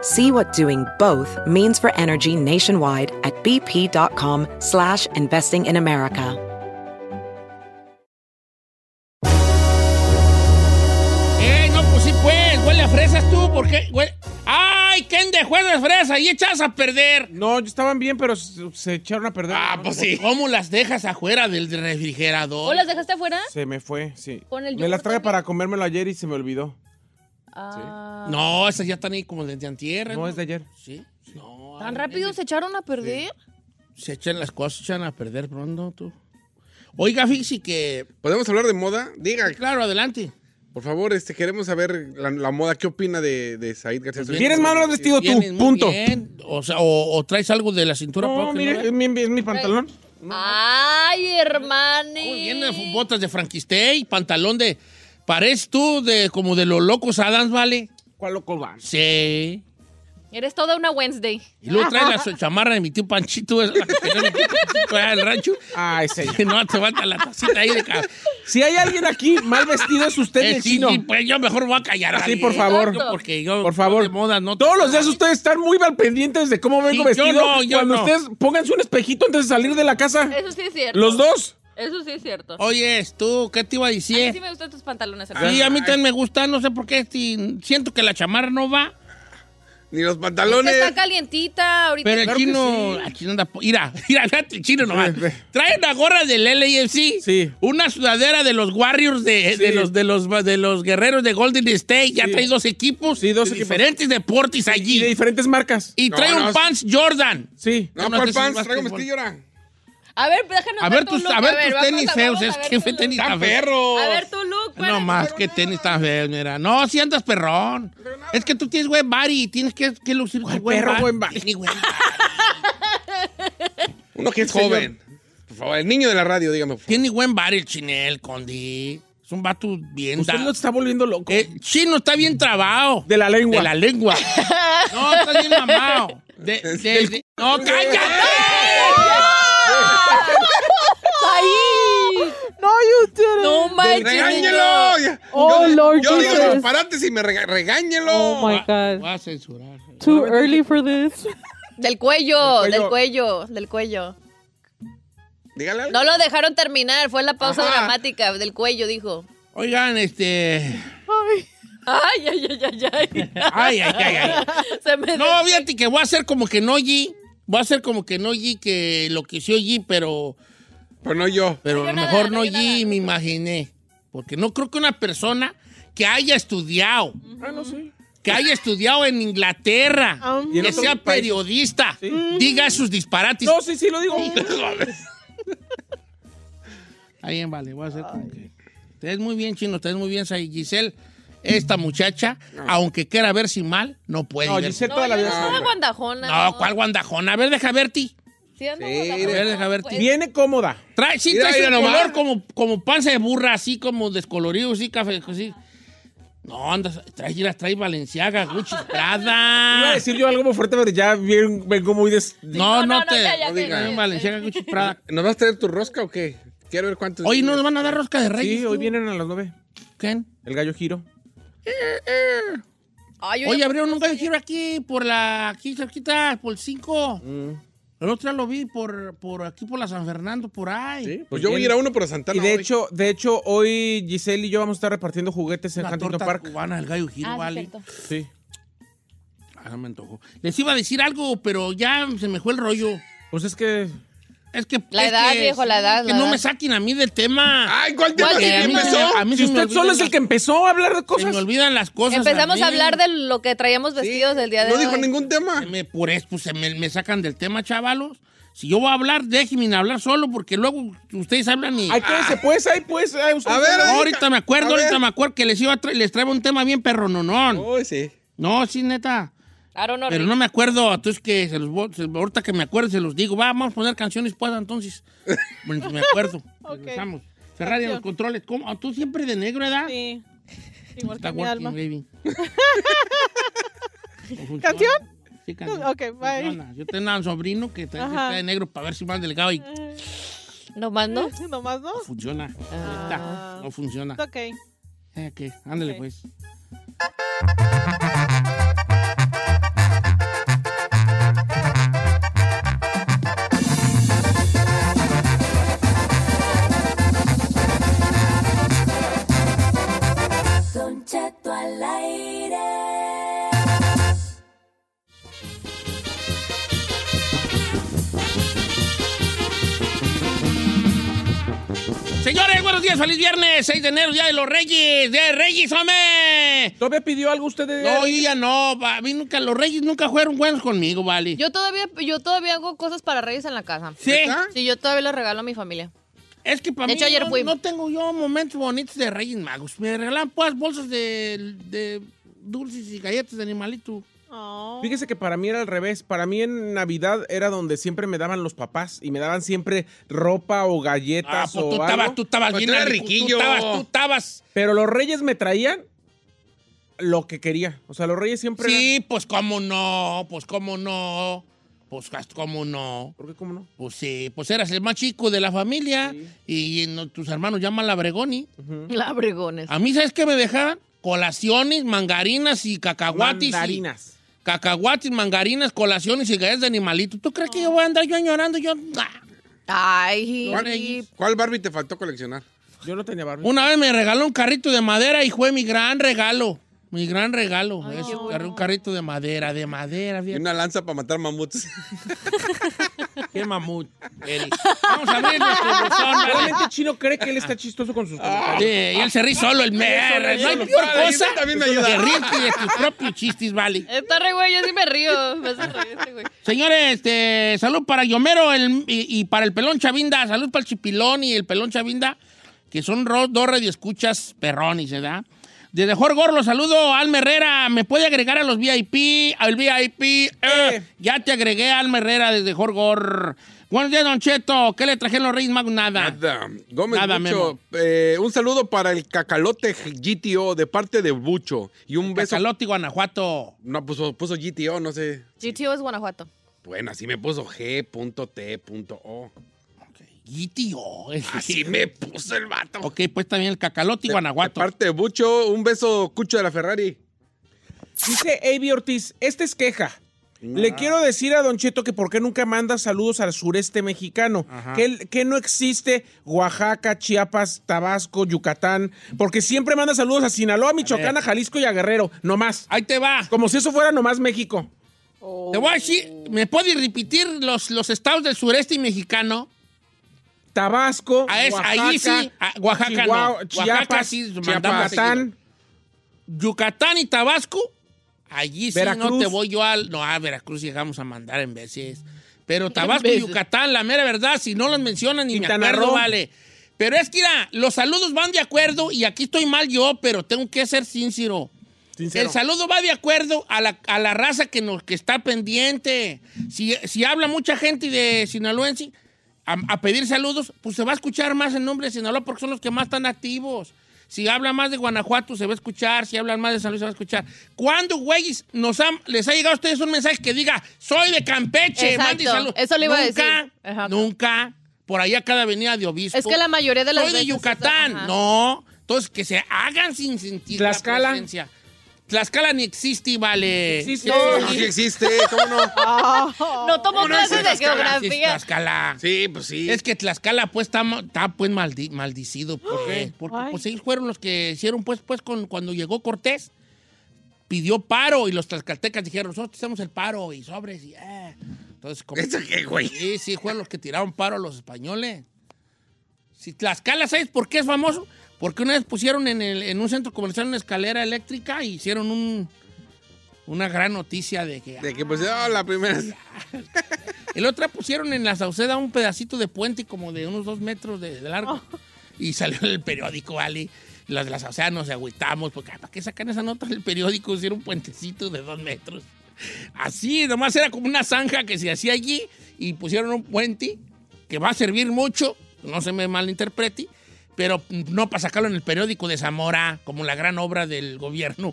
See what doing both means for energy nationwide at bp.com slash investing in America. ¡Eh, no, pues sí, pues! ¡Huele a fresas tú! ¿Por qué? Huele- ¡Ay, quién dejó las fresas y echas a perder! No, estaban bien, pero se, se echaron a perder. Ah, pues sí. ¿Cómo las dejas afuera del refrigerador? ¿O las dejaste afuera? Se me fue, Oh. sí. ¿Ah? Con el me las yogur traje también. para comérmelo ayer y se me olvidó. Ah, No, esas ya están ahí como desde antierra. No, es de ayer. Sí. No. ¿Tan ay, rápido se echaron a perder? Se echan las cosas, se echan a perder pronto tú. Oiga, Fixi, que... ¿Podemos hablar de moda? Diga, Claro, adelante. por favor, este, queremos saber la, la moda. ¿Qué opina de, de Said García? Pues bien. ¿Tienes mal vestido tú? Vienes muy Punto. bien, O sea, o, o traes algo de la cintura para No, abajo que mire, no es veas. mi, es mi pantalón. ¡Ay, hermani! Uy, viene botas de Franquistey, pantalón de... Pareces tú de como de los locos Adams, ¿vale? ¿Cuál loco van? Sí. Eres toda una Wednesday. Y luego traes la so- chamarra de mi tío Panchito, es la que tenía mi tío Panchito allá del rancho. Ay, señor. Que no te falta la tacita ahí de ca- Si hay alguien aquí mal vestido, es usted Eh, el sí, chino. sí, pues yo mejor voy a callar. a Sí, nadie. por favor. Yo porque yo Por favor. de moda no Todos los días ustedes están muy mal pendientes de cómo vengo Sí, yo vestido. no, yo Cuando no. ustedes pónganse un espejito antes de salir de la casa. Eso sí es cierto. Los dos. Eso sí es cierto. Oye, tú, ¿qué te iba A a mí decir? sí me gustan tus pantalones, hermano. Sí, a mí también me gusta, no sé por qué, si- siento que la chamarra no va, Ni los Es que pantalones. está calientita ahorita. pero Ah, el Claro que chino, sí. el chino anda, po- mira, mira, fíjate, el chino nomás, trae una gorra del LAFC, Sí. una sudadera de los Warriors, de, eh, de Sí. los, de, los, de los guerreros de Golden State, ya Sí. trae dos equipos, Sí, dos de equipos. diferentes deportes Y de allí, diferentes marcas. y, trae No, un no, pants Jordan. Sí. No, No, ¿cuál no, pants? es Traigo básquetbol. vestido ahora. A ver, déjanos A ver tus, look. a ver tus vamos tenis a- feos, vamos a es ver que tu fue look. tenis ¡Tan tan feo. perros! A ver tu look. No espérate. más que tenis tan feo, mira. No, si andas perrón. Es que tú tienes buen body, tienes que, que lucir tu buen perro, body. buen body? Sí, güey. Uno que es señor. joven. Por favor, el niño de la radio, dígame. por favor. Tiene buen body el chinel, Condi. Es un vato bien Usted da- lo está volviendo loco. El chino Eh, está bien trabado. de la lengua. De la lengua. no, está bien mamado. De, de- de- No, cállate. ¡Ahí! No, you didn't. ¡No manches! ¡Regáñelo! Ya- Oh, yo Lord yo digo Jesus. los parates y me rega- regáñelo. Oh, my Voy God. a censurar. Too early for this. Del cuello, Del del cuello, del cuello. Dígale. algo. No lo dejaron terminar, fue la pausa Ajá. dramática del cuello, dijo. Oigan, este. Ay. Ay, ay, ay, ay, ay. Ay, ay, ay, ay. Se me No, fíjate que voy a hacer como que no oí. Voy a hacer como que no oí que lo que sí oí, pero, Pero no yo. pero No oyó a lo nada, mejor no no oyó oí y me imaginé. Porque no creo que una persona que haya estudiado, Ah, no, sí. que haya estudiado en Inglaterra, Ah, Um, Y en que otros sea países. periodista, Sí. diga sus disparates. No, sí, sí, lo digo. Está bien, vale, voy a hacer como que. Te ves muy bien, chino, te ves muy bien, Sai- Giselle. Esta muchacha, aunque quiera verse mal, no puede. No, verse. Giselle No, toda yo la no vida. se ando llama. guandajona. No, ¿cuál guandajona? A ver, deja verte. Sí, ando Sí, guandajona. deja- deja ver, Pues, Viene cómoda. Trae, sí, Mira, trae mira un nomás. color como, como panza de burra, así como descolorido, sí, café, así. No, andas, trae, mira, trae Valenciaga, Gucci, Iba a Prada. decir yo algo muy fuerte, pero ya bien- vengo muy des... No, no, no no, te... ya, ya, ya, no digas. ya, Trae ya. Valenciaga, Gucci, Prada. ¿Nos vas a traer tu rosca o qué? Quiero ver cuántos. Oye, ¿no nos van a dar rosca de reyes? Sí, hoy tú? vienen a las nueve. ¿Quién? El gallo giro. Ay, Eh, Oye, oye, abrieron un gallero aquí por la... Aquí cerquita, por el 5. El otro día lo vi por, por aquí, por la San Fernando, por ahí. Sí, Pues yo voy a ir a uno por Santa Y Ana de hoy. hecho, de hecho, hoy Giselle y yo vamos a estar repartiendo juguetes en La Huntington torta Park. cubana, el gallo giro, Ah, sí, vale. cierto. Sí. Ah, no me antojó. Les iba a decir algo, pero ya se me fue el rollo. Pues es que Es que. La es edad, que- viejo, la edad, Que la no edad. me saquen a mí del tema. Ay, ¿cuál tema ¿Cuál ¿Quién tema? empezó? A mí Si se me usted solo olvidan es el las- que empezó a hablar de Se cosas. me olvidan las cosas. Empezamos mí. a hablar de lo que traíamos vestidos del día de No hoy. dijo ningún tema. Se Me, por eso, pues, se me, me sacan del tema, chavalos. Si yo voy a hablar, déjenme hablar solo, porque luego ustedes hablan y. Ay, quédese, pues, ahí, pues. ay, usted- A ver, No, ahorita. ahorita me acuerdo, A ver. ahorita me acuerdo que les iba a tra- les traigo un tema bien perro, no, no. Uy, sí. No, sí, neta. I don't know, Pero Rick. no me acuerdo, entonces que se los voy- se- ahorita que me acuerdo se los digo. Va, vamos a poner canciones pues entonces. Bueno, me acuerdo. Regresamos. Ferrari en los controles. ¿Cómo? ¿Tú siempre de negro, edad? Sí. Igual Está que mi working, alma. baby. No funciona. ¿Canción? Sí, canción. Ok, Pues, bye. Funciona. Yo tengo un sobrino que también Ajá. está de negro para ver si más delgado Ah. y Nomás no. Nomás no. funciona. Ah. Ahí está. No funciona. Ok. Eh, ¿qué? Ándale, pues. Señores, buenos días, feliz viernes, 6 de enero, Día de los Reyes, Día de Reyes, hombre. ¿Todavía pidió algo usted de.? No, yo ya no, va, a mí nunca, los Reyes nunca fueron buenos conmigo, vale. Yo todavía, yo todavía hago cosas para reyes en la casa. sí, ¿Neta? Sí, yo todavía lo regalo a mi familia. es que para De mí hecho, ayer no, fui. no tengo yo momentos bonitos de Reyes Magos. Me regalan pues bolsas de, de dulces y galletas de animalito. Oh. Fíjese que para mí era al revés. Para mí en Navidad era donde siempre me daban los papás y me daban siempre ropa o Ah, galletas pues o tú algo. estabas, tú estabas Pues tú bien eres aricu- riquillo. Tú estabas, tú estabas. Pero los reyes me traían lo que quería. O sea, los reyes siempre. eran- Sí, pues cómo no, pues cómo no, pues cómo no. ¿Por qué cómo no? Pues sí, pues eras el más chico de la familia y no, tus hermanos llaman la Bregoni. Labregones. A mí, ¿sabes qué me dejaban? Colaciones, mangarinas y cacahuatis. y- Mandarinas. cacahuates, mangarinas, colaciones y galletas de animalito. ¿Tú crees que yo voy a andar yo añorando? Yo... Ah. Ay, Los sí. Reyes. ¿Cuál Barbie te faltó coleccionar? Yo no tenía Barbie. Una vez me regaló un carrito de madera y fue mi gran regalo. Mi gran regalo. Ay, Es qué bueno. un carrito de madera, de madera. Y fíjate. una lanza para matar mamuts. Qué mamut. eres. Vamos a abrir nuestro buzón, ¿vale? Solamente Chino cree que él está chistoso con sus comentarios. Sí, y él se ríe solo, el mer. él No hay solo. peor Vale, cosa Pues eso también me ayuda. que rirte de tus propios chistes, vale. Está re Eh, güey, yo sí me río. Me hace reír este güey. Señores, este, salud para Yomero el- y, y para el pelón Chavinda. Salud para el Chipilón y el pelón Chavinda, que son ro- dos radioescuchas perrones, ¿verdad? Desde Jorgor los saludo, Alma Herrera. ¿Me puede agregar a los VIP? Al VIP. eh, Ya te agregué, Alma Herrera, desde Jorgor. Buenos días, Don Cheto. ¿Qué le trajeron los Reyes Magos? Nada. Nada. Gómez Nada, Bucho, eh, un saludo para el cacalote GTO de parte de Bucho. Y un beso. Cacalote, Guanajuato. No, puso, puso GTO, no sé. GTO es Guanajuato. Bueno, así me puso G.T.O. Y tío. Así me puso el vato. eh. Ok, pues también el Cacalote y Guanajuato. De parte de Bucho, un beso Cucho de la Ferrari. Dice Avi Ortiz, esta es queja. Le quiero decir a Don Cheto que por qué nunca manda saludos al sureste mexicano, que, él- que no existe Oaxaca, Chiapas, Tabasco, Yucatán, porque siempre manda saludos a Sinaloa, Michoacán, a Jalisco y a Guerrero, nomás. Ahí te va. Como si eso fuera nomás México. Te voy a decir, ¿me puedes repetir los, los estados del sureste y mexicano? Tabasco, Ah, es- Oaxaca, ahí sí, ah, Oaxaca no. Chihuahua, Oaxaca Chiapas, sí mandamos Chiapas, Yucatán y Tabasco, allí sí no Veracruz. te voy yo al... No, a Veracruz llegamos a mandar en veces. Pero Tabasco y veces. Yucatán, la mera verdad, si no los mencionan ni Quintana me acuerdo, Roo. vale. Pero es que, mira, los saludos van de acuerdo y aquí estoy mal yo, pero tengo que ser sincero. El saludo va de acuerdo a la, a la raza que, nos, que está pendiente. Si, si habla mucha gente de sinaloense a, a pedir saludos, pues se va a escuchar más el nombre de Sinaloa porque son los que más están activos. Si habla más de Guanajuato, se va a escuchar. Si hablan más de San Luis, se va a escuchar. ¿Cuándo, güeyes, nos han- les ha llegado a ustedes un mensaje que diga, soy de Campeche? Exacto, mande saludos"? eso le iba a Nunca, decir. Ajá. Nunca. Por allá cada avenida de Obispo. Es que la mayoría de las Soy de veces- Yucatán. Ajá. No. Entonces, que se hagan sin sentir la Tlaxcala. presencia. Tlaxcala ni existe, vale. Sí, sí, No, sí. sí existe, ¿cómo no? No tomo No, no, clases sí, de sí, Tlaxcala, Sí, geografía. Tlaxcala. Sí, pues sí. Es que Tlaxcala, pues, está, ma- está, pues, maldi- maldicido. ¿Por qué? Porque Ay. pues, ellos fueron los que hicieron, pues, pues con, cuando llegó Cortés, pidió paro y los tlaxcaltecas dijeron, nosotros hacemos el paro y sobres y... eh". Entonces, como- ¿Eso qué, güey? Sí, sí, fue los que tiraron paro a los españoles. Si Tlaxcala, ¿sabes por qué es famoso? Porque una vez pusieron en, el- en un centro comercial una escalera eléctrica y hicieron un- una gran noticia de que... De que pues, ah, la primera. El otra pusieron en la Sauceda un pedacito de puente como de unos dos metros de, de largo. Y salió en el periódico, ¿vale? Las de la Sauceda nos agüitamos porque "Ah, ¿para qué sacan esa nota del periódico? Hicieron un puentecito de dos metros. Así, nomás era como una zanja que se hacía allí y pusieron un puente que va a servir mucho, no se me malinterprete, pero no para sacarlo en el periódico de Zamora, como la gran obra del gobierno.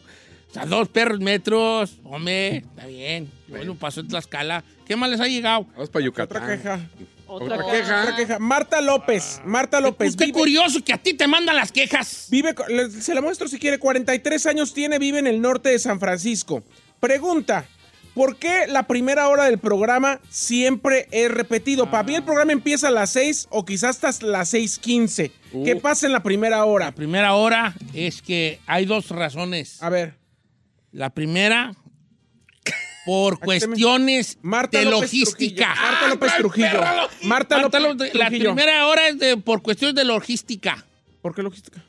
O sea, dos perros metros, hombre, está bien. Bueno, pasó en Tlaxcala. ¿Qué más les ha llegado? Vamos para Yucatán. Otra queja. Otra Otra queja. Otra queja. Marta Ah. López. Marta López. Usted Vive, Pues, curioso que a ti te mandan las quejas. vive co- le- se la muestro si quiere. 43 años tiene, vive en el norte de San Francisco. Pregunta. ¿Por qué la primera hora del programa siempre es repetido? Para Ah. mí el programa empieza a las 6 o quizás hasta las 6.15. ¿Qué Uh. pasa en la primera hora? La primera hora es que hay dos razones. A ver. La primera, por Aquí también. cuestiones Marta de López logística. Trujillo. Marta López ¡Ay, Trujillo! perro! Marta Marta López López- La pues, Trujillo. primera hora es de, por cuestiones de logística. ¿Por qué logística?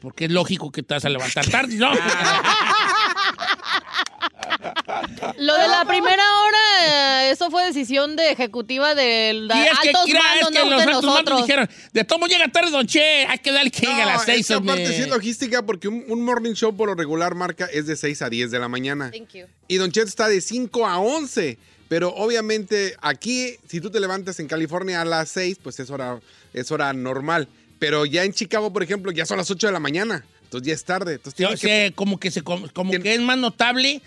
Porque es lógico que te vas a levantar tarde, ¿no? Ah. Lo de la primera hora, eh, eso fue decisión de ejecutiva del Y es que, altos mira, es mandos, que no los de altos mandos nosotros. dijeron, de todo llega tarde, don Che, hay que darle que llegue a las seis, esta parte hombre. sí es logística porque un, un morning show por lo regular marca es de 6 a 10 de la mañana. Thank you. Y Don Cheto está de 5 a 11. Pero obviamente aquí, si tú te levantas en California a las 6, pues es hora, es hora normal. Pero ya en Chicago, por ejemplo, ya son las 8 de la mañana. Entonces ya es tarde. Entonces Yo tienes que- sé, como que se como Tien- que es más notable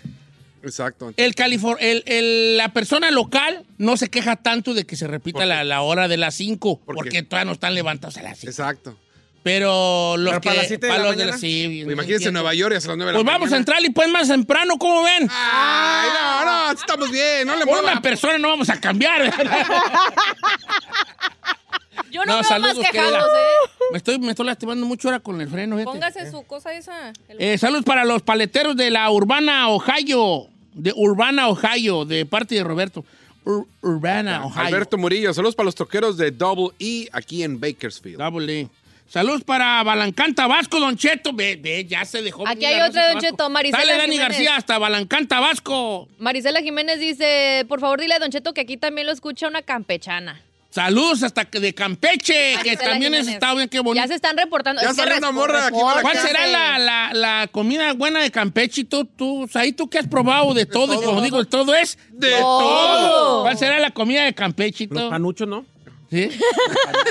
Exacto. el Califor- el- el- la persona local no se queja tanto de que se repita ¿Por la, la hora de las 5 ¿Por porque qué? todavía no están levantados a las 5. Exacto. Pero los Pero que para las siete de para la los de mañana. las- sí, no Imagínense entiendo. Nueva York a las 9 de la Pues mañana. vamos a entrar y pues más temprano, ¿cómo ven? ¡Ay, no, no! Estamos bien. No le pues. Por una muevan. persona no vamos a cambiar. Yo no, No, veo saludos, más quejados, querida. ¿eh? me, estoy, me estoy lastimando mucho ahora con el freno. fíjate. Póngase su cosa esa. el- Eh, saludos para los paleteros de la Urbana, Ohio. De Urbana, Ohio, de parte de Roberto. Ur- Urbana, Ohio. Alberto Murillo, saludos para los toqueros de Double E aquí en Bakersfield. Double E. Saludos para Balancán Tabasco, Don Cheto. Ve, ve, ya se dejó. Aquí venir hay la otra, Rosa Don Tabasco. Cheto, Marisela Dale, Dani Jiménez. García, hasta Balancán Tabasco. Marisela Jiménez dice, por favor dile a Don Cheto que aquí también lo escucha una campechana. Saludos hasta que de Campeche, que Marisela también es Ah, Jiménez. estado bien, qué bonito. Ya se están reportando. Ya Es que salió una respo- morra de aquí para acá. ¿Cuál será repórtense. la, la- la comida buena de Campeche? Tú, tú, ahí tú que has probado de todo, y como digo, de todo es de todo. ¿Cuál será la comida de Campeche? tú? Los panuchos, ¿no? ¿Sí?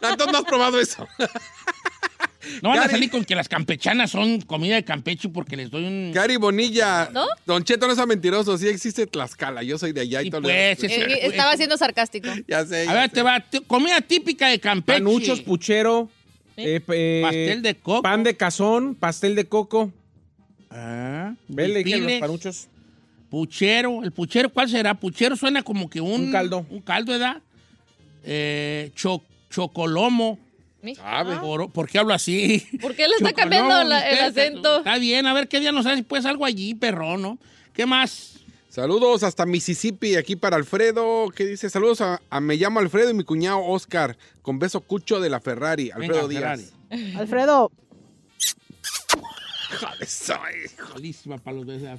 Tanto no has probado eso. No van a Gary. salir con que las campechanas son comida de Campeche porque les doy un... Gary Bonilla. ¿No? Don Cheto no es mentiroso. Sí existe Tlaxcala. Yo soy de allá y Sí, todo lo- pues, es- Eh, Estaba siendo sarcástico. Ya sé. A ya ver, sé. te va. t- Comida típica de Campeche. Panuchos, puchero. eh, pe- Pastel de coco. Pan de cazón, pastel de coco. Ah, Ve, le dije los piles, panuchos. Puchero. ¿El puchero cuál será? Puchero suena como que un... Un caldo. Un caldo, ¿verdad? Eh, cho- chocolomo. Sabe. Por, ¿por qué hablo así? ¿Por qué Ah. le está Chocolomo, cambiando la- el usted, acento? Está bien, a ver qué día nos hace pues algo allí, perro, ¿no? ¿Qué más? Saludos hasta Mississippi, aquí para Alfredo, que dice, saludos a, a- me llamo Alfredo y mi cuñado Oscar, con beso cucho de la Ferrari, Alfredo Venga, Díaz. Ferrari. Alfredo, Malísima para los besos.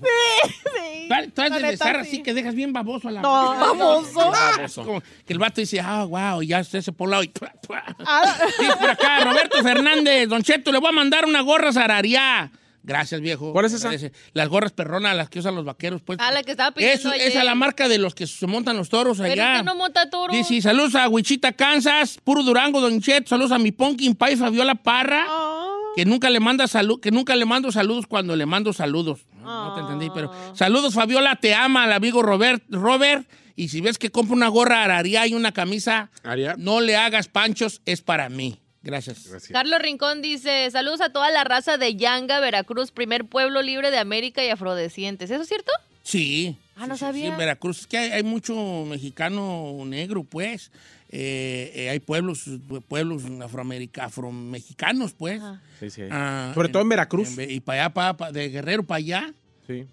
Vale, Tú has de la neta, besar sí. así que dejas bien baboso a la no, mujer. baboso. Es como que el vato dice, ah, wow, y ya se hace por un lado y tua, tua. Ah, Sí, por acá, Roberto Fernández, Don Cheto, le voy a mandar una gorra zarariá. Gracias, viejo. ¿Cuál es esa? Agradece. Las gorras perronas, las que usan los vaqueros. Pues. Ah, la que estaba pidiendo Eso- ayer. Esa es la marca de los que se montan los toros Pero allá. usted no monta toro. Dice, saludos a Wichita, Kansas, puro Durango, Don Cheto, saludos a mi Pumpkin Pie, Fabiola Parra, Oh. que nunca le manda salud, que nunca le mando saludos cuando le mando saludos. No, no te entendí, pero Oh. saludos Fabiola, te ama al amigo Robert, Robert, y si ves que compra una gorra araría y una camisa, Ariá. no le hagas panchos, es para mí. Gracias. Gracias. Carlos Rincón dice, saludos a toda la raza de Yanga, Veracruz, primer pueblo libre de América y afrodescientes. ¿Eso es cierto? Sí. Ah, no Sí, sí, sabía. Sí, en Veracruz. Es que hay, hay mucho mexicano negro, pues. Eh, eh, hay pueblos, pueblos afroamerica- afromexicanos, pues. Sí, sí. Ah, Sobre todo en Veracruz. en Ve- y para allá, pa- pa- de Guerrero para allá, Sí.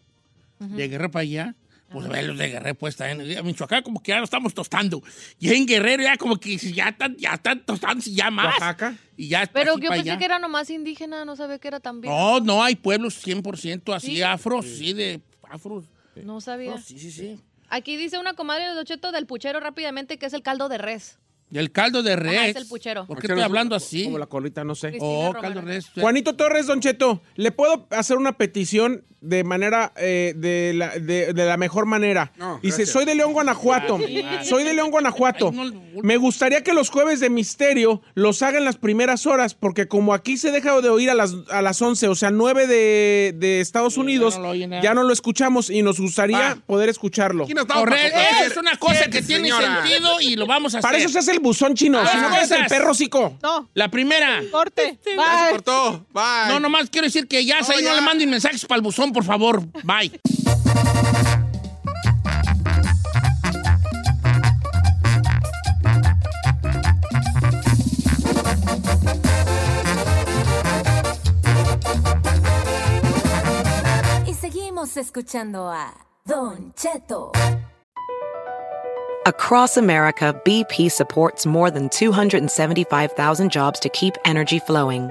de Guerrero para allá. Ah. Pues ve los de Guerrero, pues también. A Michoacán, como que ya lo estamos tostando. Y en Guerrero, ya como que ya están, ya están tostando, ya más. Oaxaca. Y ya Pero así yo para pensé allá. que era nomás indígena, no sabía que era también. No, no, hay pueblos 100% así, Sí. afros, sí, de afros. No sabía. No, sí, sí, sí. Aquí dice una comadre de Ocheto del puchero rápidamente que es el caldo de res. Y el caldo de res. Ajá, es el puchero. ¿Por qué estoy hablando así? Como la colita, no sé. Oh, Cristina caldo de Romero. res. Juanito Torres, Don Cheto, ¿le puedo hacer una petición de manera, eh, de, la, de- de la mejor manera? No, Dice, gracias. soy de León, Guanajuato. Soy de León, Guanajuato. Ay, no- Me gustaría que los jueves de misterio los hagan las primeras horas, porque como aquí se deja de oír a las, a las 11, o sea, 9 de, de Estados Unidos, ya no lo oyen, ¿eh? ya no lo escuchamos y nos gustaría Ah. poder escucharlo. Aquí no estamos para Correcto, complacer. es una cosa que Siéntese, tiene señora. sentido y lo vamos a hacer. Eh, Para eso se hace el buzón chino, Ah, si no eres el cosas. perro hocico. No, La primera. corte. Ya se Bye. cortó. Bye. Este, No, nomás quiero decir que ya, ahí no ya. le manden mensajes para el buzón, por favor. Bye. Y seguimos escuchando a Don Cheto. Across America, BP supports more than 275,000 jobs to keep energy flowing.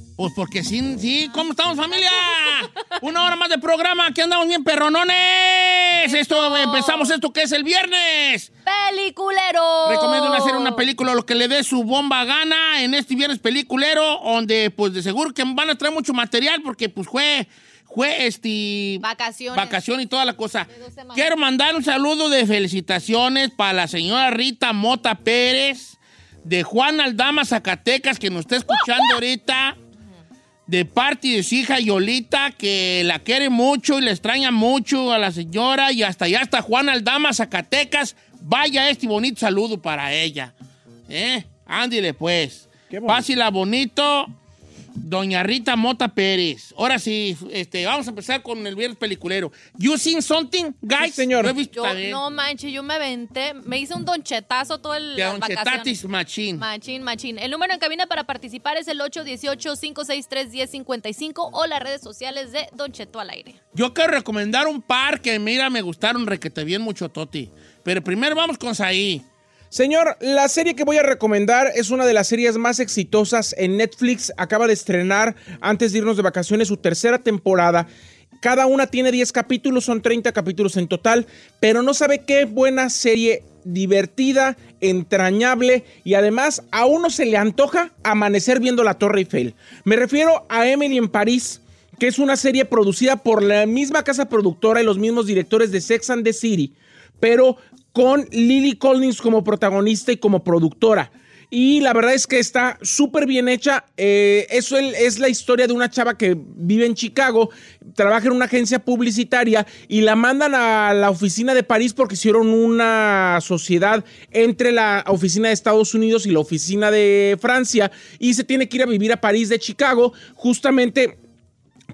Pues porque sí, sí, ¿cómo estamos familia? Una hora más de programa, aquí andamos bien perronones. Esto, empezamos esto que es el viernes. ¡Peliculero! Recomiendo hacer una película, lo que le dé su bomba gana en este viernes peliculero, donde pues de seguro que van a traer mucho material porque pues fue, fue este... Vacaciones. Vacación y toda la cosa. dos semanas. Quiero mandar un saludo de felicitaciones para la señora Rita Mota Pérez, de Juan Aldama, Zacatecas, que nos está escuchando ahorita, de parte de su hija Yolita, que la quiere mucho y la extraña mucho a la señora, y hasta allá hasta Juan Aldama, Zacatecas. Vaya este bonito saludo para ella. ¿Eh? Ándile, pues. Qué bonito. Pásila bonito. Doña Rita Mota Pérez. Ahora sí, este, vamos a empezar con el viernes peliculero. You seen something, guys? Sí, señor. Lo he visto Yo, también. no manches, yo me aventé, me hice un donchetazo todo el Te las aonchetatis, vacaciones. machín. Machín, machín. El número en cabina para participar es el 818-563-1055 o las redes sociales de Don Cheto al aire. Yo quiero recomendar un par que, mira, me gustaron requete bien mucho, Toti. Pero primero vamos con Saí. Señor, la serie que voy a recomendar es una de las series más exitosas en Netflix. Acaba de estrenar, antes de irnos de vacaciones, su tercera temporada. Cada una tiene 10 capítulos, son 30 capítulos en total, pero no sabe qué buena serie, divertida, entrañable y además a uno se le antoja amanecer viendo la Torre Eiffel. Me refiero a Emily en París que es una serie producida por la misma casa productora y los mismos directores de Sex and the City, pero con Lily Collins como protagonista y como productora. Y la verdad es que está súper bien hecha. Eh, eso el- es la historia de una chava que vive en Chicago, trabaja en una agencia publicitaria y la mandan a la oficina de París porque hicieron una sociedad entre la oficina de Estados Unidos y la oficina de Francia y se tiene que ir a vivir a París de Chicago justamente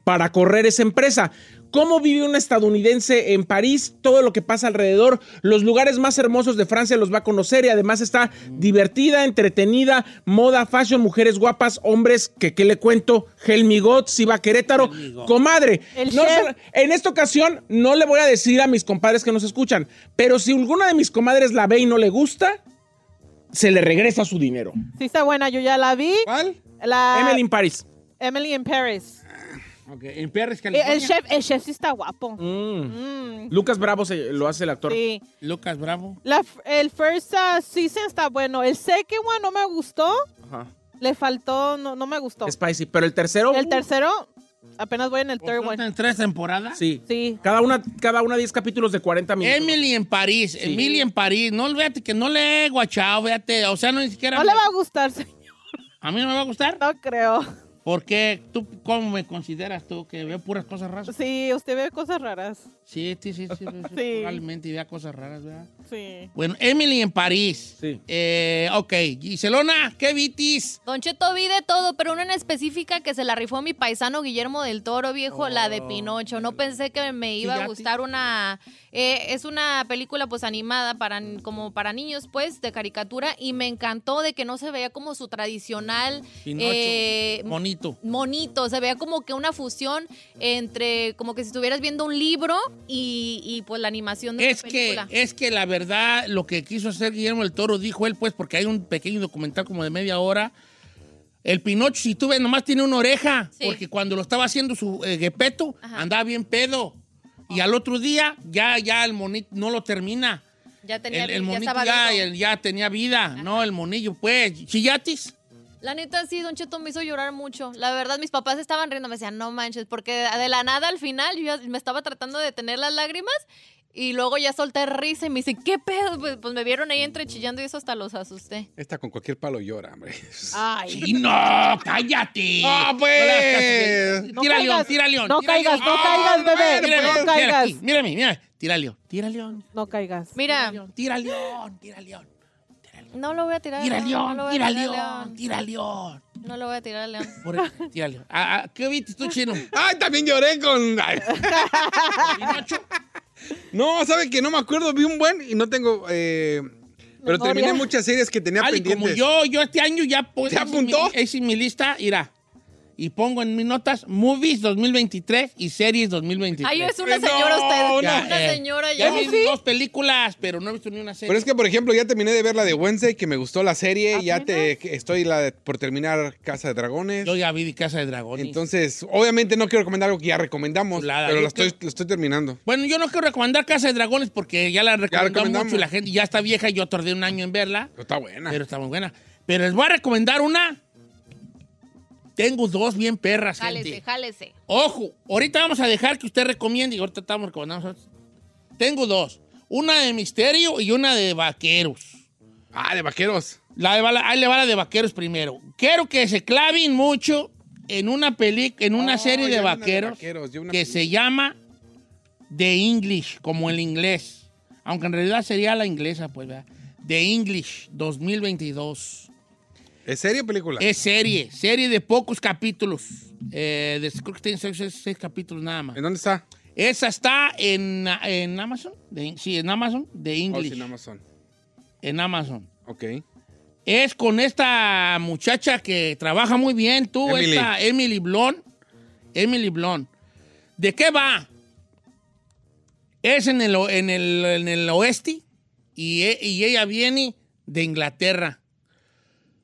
para correr esa empresa. ¿Cómo vive un estadounidense en París? Todo lo que pasa alrededor, los lugares más hermosos de Francia los va a conocer y además está divertida, entretenida, moda, fashion, mujeres guapas, hombres que, ¿qué le cuento? Helmigot, si va a Querétaro, comadre. El no chef. solo- en esta ocasión no le voy a decir a mis compadres que nos escuchan, pero si alguna de mis comadres la ve y no le gusta, se le regresa su dinero. Sí está buena, yo ya la vi. ¿Cuál? La Emily in Paris. Emily in Paris. Ok, En Perres, El, California. Eh, el chef, el chef sí está guapo. Mm, Lucas Bravo se- lo hace el actor. sí. Lucas Bravo. La f- el first uh, season está bueno. El second one no me gustó. Ajá. Le faltó, no, no me gustó. Spicy. Pero el tercero. El tercero, apenas voy en el third one. ¿En tres temporadas? Sí. Sí. Cada una, cada una 10 capítulos de 40 minutos. Emily en París, Emily en París. No, fíjate que no le he guachado, fíjate. O sea, no ni siquiera. No le va a gustar, señor. A mí no me va a gustar. No creo. Porque tú, ¿cómo me consideras tú? Que veo puras cosas raras. Sí, usted ve cosas raras. Sí, sí, sí. sí, sí, sí, Probablemente vea cosas raras, ¿verdad? Sí. Bueno, Emily en París. Sí. Eh, ok, Giselona, ¿qué vitis? Don Cheto, vi de todo, pero una en específica que se la rifó mi paisano Guillermo del Toro, viejo, la Oh. de Pinocho. No pensé que me iba a Fíjate. gustar una... eh, es una película, pues, animada para como para niños, pues, de caricatura, y me encantó de que no se veía como su tradicional... Pinocho. eh, Bonito. monito, se veía como que una fusión entre, como que si estuvieras viendo un libro y, y, pues la animación de Es una que, película. es que la verdad, lo que quiso hacer Guillermo el Toro, dijo él, pues, porque hay un pequeño documental como de media hora. El Pinocho, si tú ves, nomás tiene una oreja, Sí. porque cuando lo estaba haciendo su eh, guepeto, Ajá. andaba bien pedo. Y al otro día, ya, ya el monito no lo termina. ya tenía, El, el ya monito estaba ya, vivo. el- ya tenía vida, ¿no? El monillo, pues. ¿Chillatis? La neta, sí, Don Cheto me hizo llorar mucho. La verdad, mis papás estaban riendo. Me decían, no manches, porque de la nada al final yo ya me estaba tratando de detener las lágrimas y luego ya solté risa y me dice, ¿qué pedo? Pues, pues me vieron ahí entre chillando y eso hasta los asusté. Esta con cualquier palo llora, hombre. Ay. Sí, no, cállate. ¡Ah, pues! No No tira león, caigas, tira león. no tira caigas, león. Ah, no caigas, bebé, mírame, no mírame, caigas. aquí, Mírame, mírame. Tira león, tira león. No caigas. Mira, Tira león, tira león. no lo voy a tirar. ¿eh? Tira no, no lo león, voy a tira tirar al león, tira león. No lo voy a tirar al león. Por el- Tira león. Ah, ah, ¿Qué viste tú, chino? ¡Ay, también lloré con. Ay. Pinocho. No, ¿sabe que no me acuerdo? Vi un buen y no tengo. eh, pero Memoria. terminé muchas series que tenía Ay, como pendientes. yo, yo este año ya puse. ¿Te apuntó? Es mi lista, irá. Y pongo en mis notas movies 2023 y series 2023. Ay, es una Pues No, señora usted. Ya, una eh, señora Ya ya. vi dos películas, pero no he visto ni una serie. Pero es que, por ejemplo, ya terminé de ver la de Wednesday, que me gustó la serie. y Ya te, que estoy la de- por terminar Casa de Dragones. Yo ya vi de Casa de Dragones. Entonces, obviamente no quiero recomendar algo que ya recomendamos, Chulada, pero yo lo estoy, creo- lo estoy terminando. bueno, yo no quiero recomendar Casa de Dragones porque ya la recomendamos recomendamos. mucho y la gente ya está vieja y yo tardé un año en verla, Pero está buena. pero está muy buena. Pero les voy a recomendar una. Tengo dos bien perras, Jálese, gente. jálese. Ojo, ahorita vamos a dejar que usted recomiende y ahorita estamos recomendando. Tengo dos, una de misterio y una de vaqueros. Ah, de vaqueros. La de bala- ahí le va la de vaqueros primero. Quiero que se claven mucho en una peli, en una Oh, serie ya de vi una de vaqueros, vaqueros, yo una que peli- se llama The English, como el inglés. Aunque en realidad sería la inglesa, pues, ¿verdad? The English 2022. ¿Es serie o película? Es serie, serie de pocos capítulos. Eh, de, creo que tiene seis, seis- seis capítulos nada más. ¿En dónde está? Esa está en, en Amazon. The- sí, en Amazon. The Oh, English. sí, en Amazon. en Amazon. Ok. es con esta muchacha que trabaja muy bien, tú, Emily. esta Emily Blon. Emily Blon. ¿De qué va? Es en el, o- en el, en el oeste y, e- y ella viene de Inglaterra,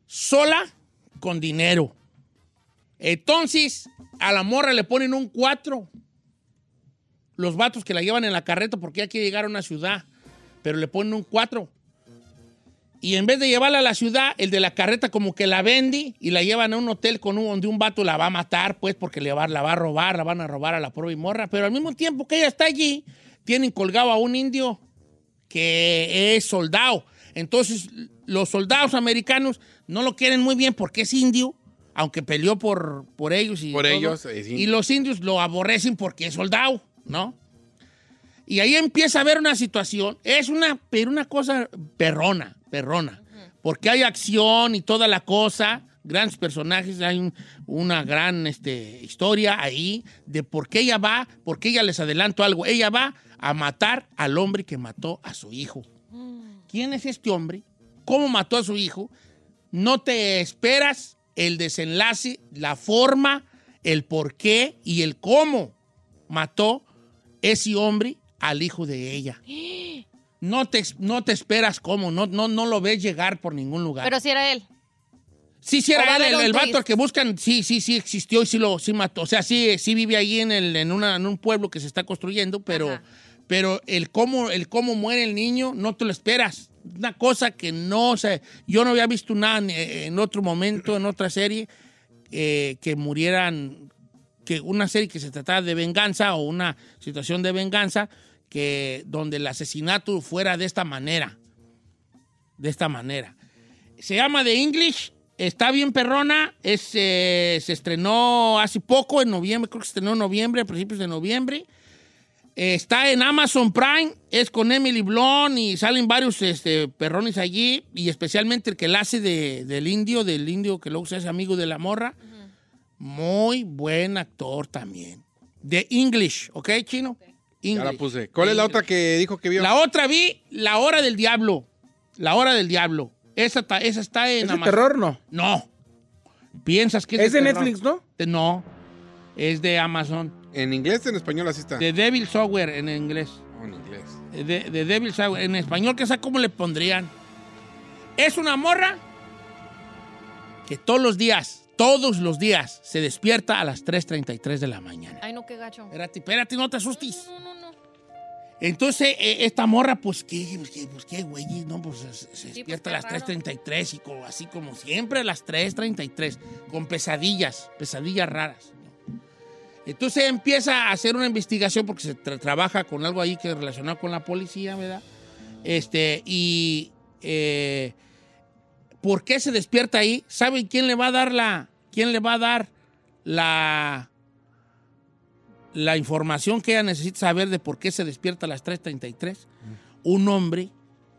sola con dinero. Entonces, a la morra le ponen un 4. Los vatos que la llevan en la carreta porque ya quiere llegar a una ciudad, pero le ponen un 4. Y en vez de llevarla a la ciudad, el de la carreta como que la vende y la llevan a un hotel con un, donde un vato la va a matar, pues, porque le va, la va a robar, la van a robar a la pobre morra. Pero al mismo tiempo que ella está allí, tienen colgado a un indio que es soldado. Entonces, los soldados americanos no lo quieren muy bien porque es indio, aunque peleó por, por ellos. Y Por todo. ellos, es indio. Y los indios lo aborrecen porque es soldado, ¿no? Y ahí empieza a haber una situación, es una, pero una cosa perrona, perrona, porque hay acción y toda la cosa, grandes personajes, hay un- una gran este, historia ahí de por qué ella va, porque ella les adelanto algo, ella va a matar al hombre que mató a su hijo. ¿Quién es este hombre? ¿Cómo mató a su hijo? No te esperas el desenlace, la forma, el por qué y el cómo mató ese hombre al hijo de ella. No te, no te esperas cómo, no, no, no lo ves llegar por ningún lugar. Pero si era él. sí, sí o va a era él, haber el, un el vato twist. al que buscan, sí, sí, sí existió y sí lo sí mató. O sea, sí, sí vive ahí en, el, en, una- en un pueblo que se está construyendo, pero, pero el, cómo, el cómo muere el niño no te lo esperas. Una cosa que no, o sea, yo no había visto nada en, en otro momento, en otra serie, eh, que murieran que una serie que se trataba de venganza o una situación de venganza que donde el asesinato fuera de esta manera. De esta manera. Se llama The English, está bien perrona, es, eh, se estrenó hace poco, en noviembre, creo que se estrenó en noviembre, a principios de noviembre. Eh, está en Amazon Prime, es con Emily Blunt y salen varios este, perrones allí, y especialmente el que la hace de- del indio, del indio que luego se hace amigo de la morra. Muy buen actor también. De English, ¿ok, chino? Ya la English. puse. ¿Cuál es la otra que dijo que vio? La otra vi La Hora del Diablo. La Hora del Diablo. Esa, ta- esa está en ¿Es de Amazon. terror no? No. ¿Piensas que es, Es de terror? Netflix, ¿no? De- No. Es de Amazon. ¿En inglés o en español así está? De Devil Software en inglés. Oh, en inglés. De, de Devil Software. En español, ¿qué sé cómo le pondrían? Es una morra que todos los días, todos los días, se despierta a las 3.33 de la mañana. Ay, no, qué gacho. Espérate, espérate, no te asustes. No, no, no. Entonces, eh, esta morra, pues qué, pues, qué, pues, qué, güey, no, pues se, se despierta qué a las 3.33 y como- así como siempre a las 3.33, con pesadillas, pesadillas raras. ¿no? Entonces empieza a hacer una investigación porque se tra- trabaja con algo ahí que es relacionado con la policía, ¿verdad? Este, y eh, ¿por qué se despierta ahí? ¿Saben quién le va a dar la, quién le va a dar la la información que ella necesita saber de por qué se despierta a las 3.33, un hombre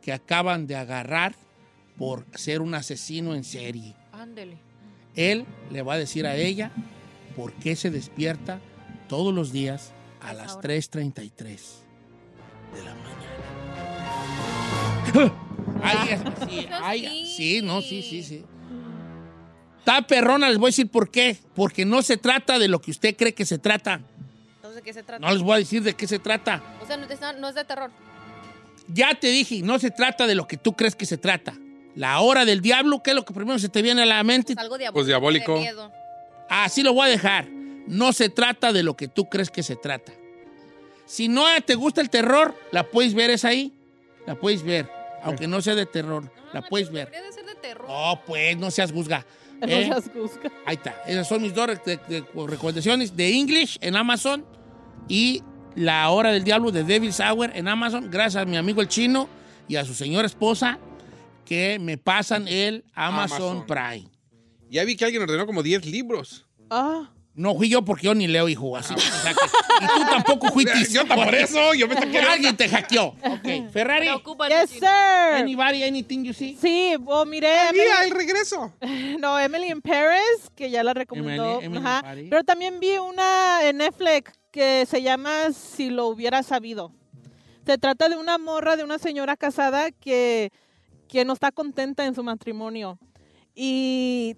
que acaban de agarrar por ser un asesino en serie. Ándele. Él le va a decir a ella por qué se despierta todos los días a las 3.33 de la mañana. ¡Ah! Ay, es- sí, ay, sí, no, sí, sí, sí. Está perrona, les voy a decir por qué. Porque no se trata de lo que usted cree que se trata. Entonces, ¿de qué se trata? No les voy a decir de qué se trata. O sea, no es, no es de terror. Ya te dije, no se trata de lo que tú crees que se trata. La hora del diablo, que es lo que primero se te viene a la mente? Es algo diabólico. Pues diabólico. De miedo. Así lo voy a dejar. No se trata de lo que tú crees que se trata. Si no te gusta el terror, la puedes ver, es ahí. La puedes ver. Aunque no sea de terror, la puedes ver. Debería de ser de terror. No, pues, no seas juzga. ¿eh? No las busca. Ahí está. Esas son mis dos rec- de- de- recomendaciones de English en Amazon y La Hora del Diablo de Devil's Hour en Amazon. Gracias a mi amigo el chino y a su señora esposa que me pasan el Amazon, Amazon. Prime. Ya vi que alguien ordenó como 10 libros. Ah, No fui yo porque yo ni leo, hijo. Así. o sea que- y tú tampoco fuiste. Ah. Yo ta- por eso, yo me Porque Alguien te hackeó. Ok. Ferrari. Preocupa, yes, Chino. sir. Anybody, anything you see? Sí, oh, miré. Emily- ¡Mira, el regreso! No, Emily in Paris, que ya la recomendó. Emily- Emily in ajá. Paris. Pero también vi una en Netflix que se llama Si lo hubiera sabido. Se trata de una morra, de una señora casada que, que no está contenta en su matrimonio. Y,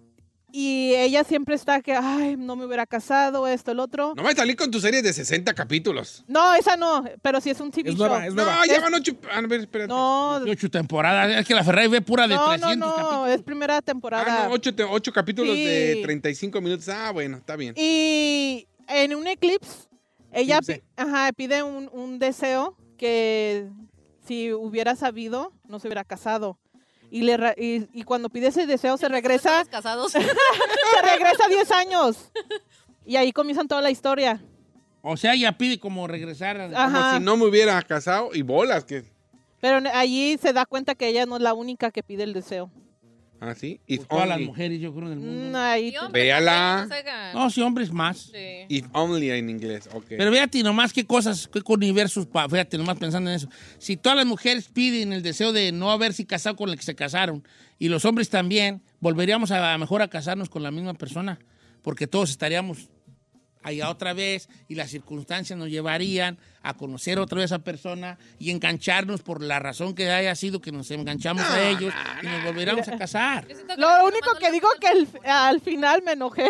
y ella siempre está que, ay, no me hubiera casado, esto, el otro. No me salí con tu serie de 60 capítulos. No, esa no, pero sí es un TV Es show. nueva, es No, nueva. ya van ocho. A ver, espérate. no, no, Ocho temporadas. Es que la Ferrari ve pura de no, 300 no, capítulos. es primera temporada. Ah, no, ocho, te- ocho capítulos Sí. de 35 minutos. Ah, bueno, está bien. Y en un eclipse, ella pi- Eclipse. ajá, pide un, un deseo que si hubiera sabido, no se hubiera casado. Y, le, ra- y, y cuando pide ese deseo, se regresa, Estamos casados. se regresa 10 años. Y ahí comienzan toda la historia. O sea, ya pide como regresar. a- Ajá. Como si no me hubiera casado y bolas, que Pero n- allí se da cuenta que ella no es la única que pide el deseo. Ah, sí. If Pues Todas las only. mujeres, yo creo, del mundo. Mm, ahí- Véala. No, si hombres más. If only en inglés, ok. Pero fíjate nomás qué cosas, qué universos, pa- fíjate nomás pensando en eso. Si todas las mujeres piden el deseo de no haberse casado con la que se casaron, y los hombres también, volveríamos a, a lo mejor a casarnos con la misma persona, porque todos estaríamos allá otra vez y las circunstancias nos llevarían a conocer otra vez a esa persona y engancharnos por la razón que haya sido que nos enganchamos a ellos y nos volveríamos a casar. Lo único que digo que el- al final me enojé.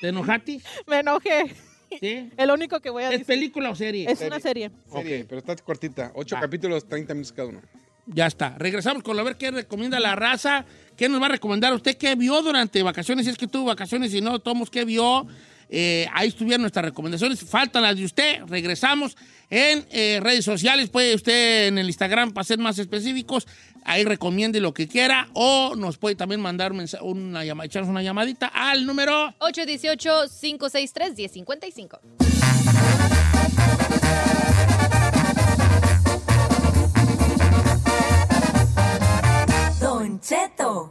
¿Te enojaste? me enojé. Sí. Es lo único que voy a ¿Es decir. película o serie? Es una serie. Serie, pero está cortita. Ah, Ocho capítulos, 30 minutos cada uno. Ya está. Regresamos con a ver qué recomienda la raza. ¿Qué nos va a recomendar usted? ¿Qué vio durante vacaciones? Si es que tuvo vacaciones y no, Tomos, ¿qué vio? Eh, ahí estuvieron nuestras recomendaciones. Faltan las de usted. Regresamos en eh, redes sociales. Puede usted en el Instagram, para ser más específicos, ahí recomiende lo que quiera. O nos puede también mandar un mensa- una, llama- echarnos una llamadita al número 818-563-1055. Don Cheto.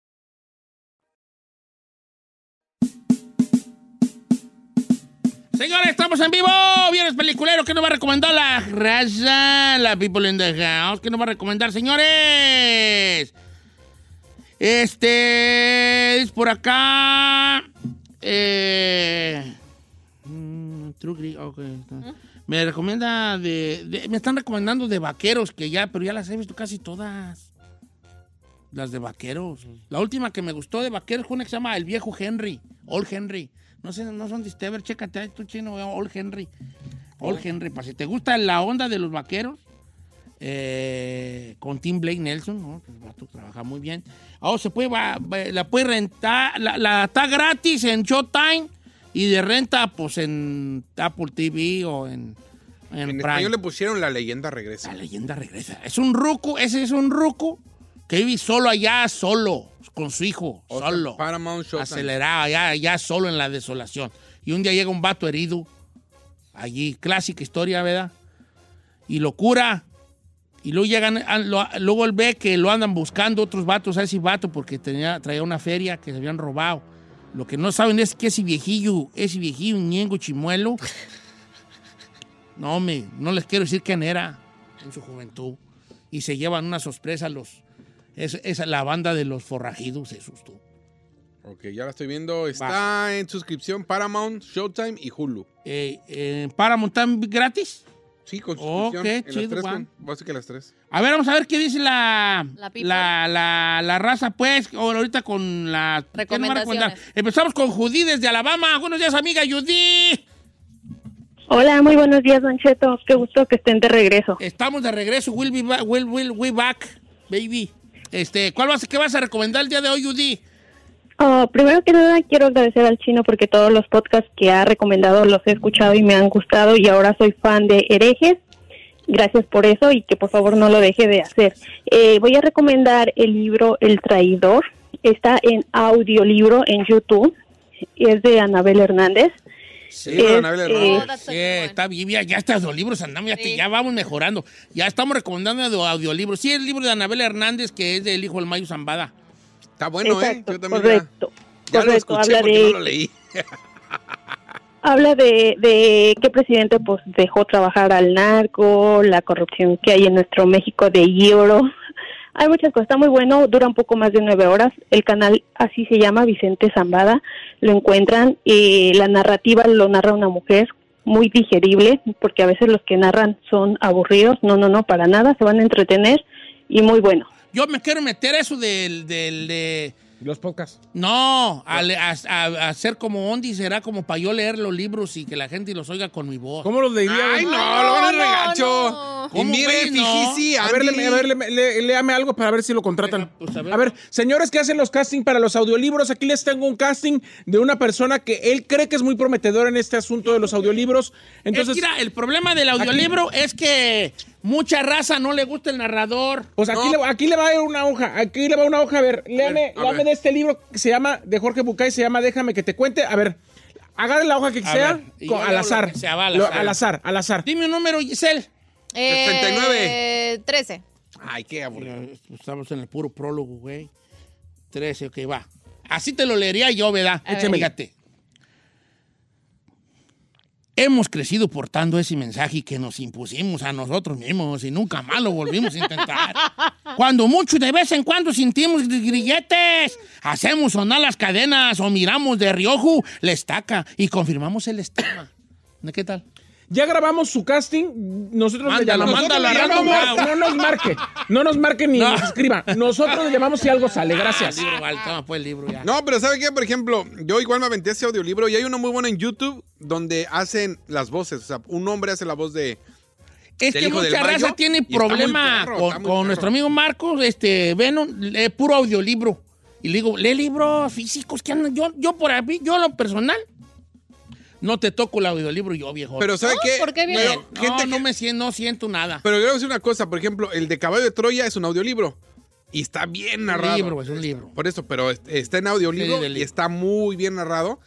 Señores, estamos en vivo. Viernes peliculero. ¿Qué nos va a recomendar la raza? La people in the house. ¿Qué nos va a recomendar, señores? Este. Es por acá. Eh. mm, True Grit, ok, está. Me recomienda de, de- Me están recomendando de vaqueros, que ya, pero ya las he visto casi todas. Las de vaqueros. La última que me gustó de vaqueros fue una que se llama El Viejo Henry. Old Henry. No sé, no son de Stever, chécate ahí tú chino, eh, Old Henry. Old Henry, para si te gusta la onda de los vaqueros, eh, con Tim Blake Nelson, ¿no? Pues, vato que trabaja muy bien. Ahora se puede, va- va- la puede rentar, la, la- está gratis en Showtime y de renta pues en Apple TV o en, en, En Prime. español le pusieron La leyenda regresa. La leyenda regresa. Es un ruco, ese es un ruco que vive solo allá, solo, con su hijo, O sea, solo. Paramount Showtime. Acelerado, allá, allá solo en la desolación. Y un día llega un vato herido, allí, clásica historia, ¿verdad? Y lo cura. Y luego, llegan, a- lo- luego él ve que lo andan buscando otros vatos a ese vato porque tenía, traía una feria que se habían robado. Lo que no saben es que ese viejillo, ese viejillo, ñengo chimuelo, no, me, no les quiero decir quién era en su juventud. Y se llevan una sorpresa los. es- esa- la banda de los forrajidos se asustó. Ok, ya la estoy viendo. Está en suscripción Paramount, Showtime y Hulu. Eh, eh, Paramount tan gratis. Sí, con Oh, suscripción. qué En las chido, tres, Juan. con- básicamente las tres. A ver, vamos a ver qué dice la, La people. la, la- la raza, pues, ahor- ahorita con las ¿qué nos van a recomendar? Recomendaciones. Empezamos con Judy desde Alabama. Buenos días, amiga Judy. Hola, muy buenos días, Don Cheto. Qué gusto que estén de regreso. Estamos de regreso. We'll be back, we'll- we'll- we back, baby. Este, ¿cuál vas, ¿Qué vas a recomendar el día de hoy, Judy? Ah, primero que nada, quiero agradecer al chino porque todos los podcasts que ha recomendado los he escuchado y me han gustado y ahora soy fan de herejes. Gracias por eso y que por favor no lo deje de hacer. Eh, voy a recomendar el libro El Traidor. Está en audiolibro en YouTube. Es de Anabel Hernández. Sí, Es, eh, Sí, está bien, ya, ya hasta los libros andamos, ya, te- ya vamos mejorando. Ya estamos recomendando audio- audiolibros. Sí, el libro de Anabel Hernández, que es del hijo del Mayo Zambada. Está bueno, ¿eh? Exacto, Yo también ya- correcto. ya, lo correcto, escuché habla porque de- no lo leí. habla de, de qué presidente pues dejó trabajar al narco, la corrupción que hay en nuestro México de Euro. Hay muchas cosas, está muy bueno, dura un poco más de nueve horas. El canal así se llama, Vicente Zambada, lo encuentran y la narrativa lo narra una mujer muy digerible, porque a veces los que narran son aburridos, no, no, no, para nada, se van a entretener y muy bueno. Yo me quiero meter a eso del... del de... Los podcasts. No, a, le- a- a- a hacer como Ondi será como para yo leer los libros y que la gente los oiga con mi voz. ¿Cómo los leería? Ay, no, lo van a regacho. Y mire, fíjese, A ver, Andy. léame, a ver, léame, lé- léame algo para ver si lo contratan. a, ver. señores que hacen los castings para los audiolibros, aquí les tengo un casting de una persona que él cree que es muy prometedor en este asunto de los audiolibros. Entonces, es que, mira, el problema del audiolibro es que mucha raza no le gusta el narrador. pues aquí, No. le, aquí le va a ir una hoja, aquí le va una hoja, a ver, léame, ver, a léame ver. de este libro que se llama, de Jorge Bucay, se llama Déjame que te cuente, a ver, agarre la hoja que A sea, ver, y co- yo al leo lo azar, que sea, va, al Lo- azar. al azar, al azar. Dime un número, Giselle. Eh, 69. 13. Ay, qué aburrido. pues, Estamos en el puro prólogo, güey. 13, ok, va. Así te lo leería yo, ¿verdad? A Échame. ver. Fíjate. Hemos crecido portando ese mensaje que nos impusimos a nosotros mismos y nunca más lo volvimos a intentar. Cuando mucho de vez en cuando sentimos gri- grilletes, hacemos sonar las cadenas o miramos de riojo la estaca y confirmamos el estigma. ¿Qué tal? Ya grabamos su casting, nosotros Mándala, le llamamos. mándala, Nosotros le random llamamos, now. no nos marque, no nos marque ni No. nos escriba. Nosotros le llamamos si algo sale, gracias. Ah, el libro, vale, toma, pues, el libro ya. No, pero ¿sabe qué? Por ejemplo, yo igual me aventé ese audiolibro y hay uno muy bueno en YouTube donde hacen las voces. O sea, un hombre hace la voz de. Es del que hijo del mucha Mayo, raza tiene y está muy problema perro, con, está muy con perro. nuestro amigo Marcos, este, Venom, lee puro audiolibro. Y le digo, lee libros físicos que andan. Yo, yo por mí, yo lo personal, no te toco el audiolibro yo, viejo. Pero ¿sabe qué? Pero, Pero no, gente no me siento, no siento nada. Pero yo voy a decir una cosa, por ejemplo, el de Caballo de Troya es un audiolibro. Y está bien narrado. libro, es un libro. Por eso, pero es- está en audiolibro Serie de y libro. está muy bien narrado.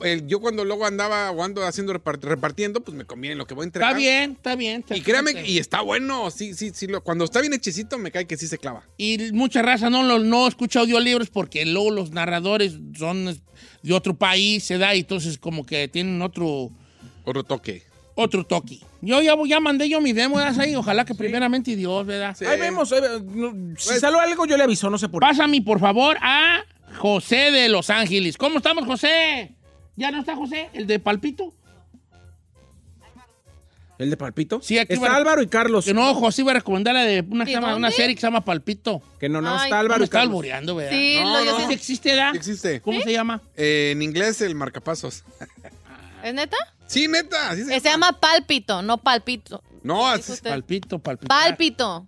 El- yo cuando luego andaba o ando haciendo repart- repartiendo, pues me conviene lo que voy a entregar. Está bien, está bien. está Y créame, bien. y está bueno. Sí, sí, sí. lo- cuando está bien hechicito, me cae que sí se clava. Y mucha raza no, lo- no escucha audiolibros porque luego los narradores son de otro país, se da, y entonces como que tienen otro... Otro toque. Otro toque. Yo ya, voy- ya mandé yo mi demo, ¿verdad, Sai? Ojalá que primeramente Dios, ¿verdad? Ahí vemos, ahí ve- no, Pues- si sale algo yo le aviso, no sé por qué. Pásame, por favor, a José de Los Ángeles. ¿Cómo estamos, José? ¿Ya no está José? ¿El de Palpito? ¿El de Palpito? Sí, aquí Está va- Álvaro y Carlos. Que no, José iba a recomendar la de una, que ¿De llama- una dónde? serie que se llama Palpito. Que no, no, Ay, está Álvaro Me y está Carlos. alboreando, ¿verdad? Sí, lo- yo no. sí- ¿Existe, edad? Sí existe. ¿Cómo se llama? Eh, en inglés, el marcapasos. ¿Es neta? Sí, neta. así se- Eh, Se llama Pálpito, no Palpito. No, Dijo así- usted. Palpito, palpitar. Pálpito.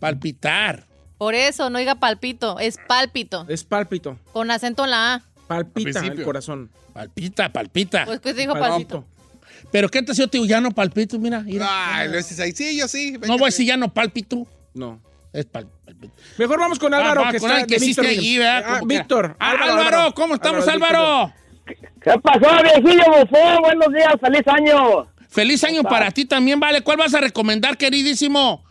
palpitar. Por eso, no diga palpito, es pálpito. Es Palpito. Con acento en la A. Palpita Al principio. el corazón. Palpita, palpita. Pues, pues dijo palpito. Pero ¿qué tal si yo te digo, ya no palpito? Mira, mira. Ay, lo dices ahí. Sí, yo sí. no voy a véngase. decir ya no palpito. No. Es pal- palpito. Mejor vamos con Álvaro, Ah, va, que con está alguien que de sí Víctor esté allí, ¿verdad? Miguel. Ah, Como que- Víctor. Ah, Álvaro, ¿cómo estamos, Álvaro? ¿Qué pasó, viejillo bufón? Buenos días, feliz año. Feliz año para ti también, vale. ¿Cuál vas a recomendar, queridísimo?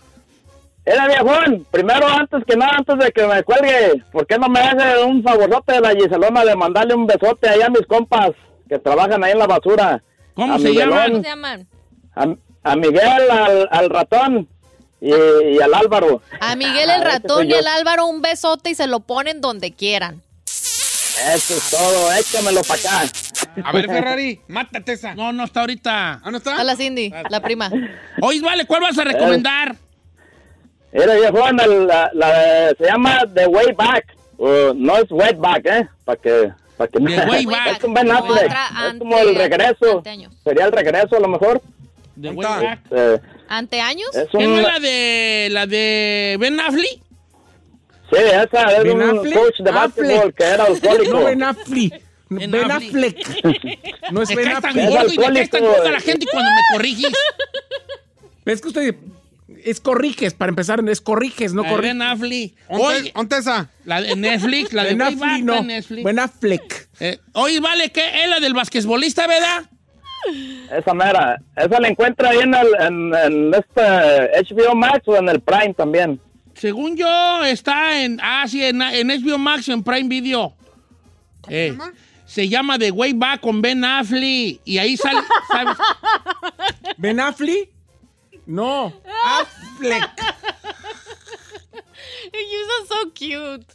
Era viejón, primero, antes que nada, antes de que me cuelgue, ¿por qué no me hace un favorzote de la Giselona de mandarle un besote ahí a mis compas que trabajan ahí en la basura? ¿Cómo a se ¿Cómo Miguelón, se llaman? A, a Miguel, al, al ratón y, y al Álvaro. A Miguel el Ah, ese ratón soy y yo. al Álvaro un besote y se lo ponen donde quieran. Eso es todo, échamelo para acá. A ver, Ferrari, mátate esa. No, no está ahorita. Ah, ¿no está? A la Cindy, la prima. Oye, vale, ¿cuál vas a Eh. recomendar? Era viejón, el- la, la- se llama The Way Back. Uh, no es Way Back, ¿eh? Para que... Para que The Way Back. Es con Ben Como Affleck. atra- Es como el ante- regreso. anteaños. Sería el regreso a lo mejor. De ¿Dónde Way está? Back. Eh, ¿Ante años? es ¿Qué no un... es la de, la de Ben Affleck? Sí, esa es Ben un Affleck. coach de básquetbol Affleck. que era alcohólico. No, Ben Affleck. Ben Ben Affleck. Affleck. No es Me Ben caes tan Es gordo Affleck. y me caes tan alcohólico. gordo a la gente cuando me corrigís. Es que usted... Es corriges, para empezar, es corriges, no La de corriges. Ben Affleck. ¿Dónde Oye, ¿dónde está? la de Netflix, la de Ben Way Back, Affleck, no. de Netflix. Ben Affleck. Eh, oye, vale, ¿qué? Es la del basquetbolista, ¿verdad? Esa mera. Esa la encuentra ahí en, el, en, en este HBO Max o en el Prime también. Según yo, está en. Ah, sí, en, en HBO Max, en Prime Video. Eh, Se llama The Way Back con Ben Affleck. Y ahí sale, ¿sabes? ¿Ben Affleck? No. Affleck. You sound so cute.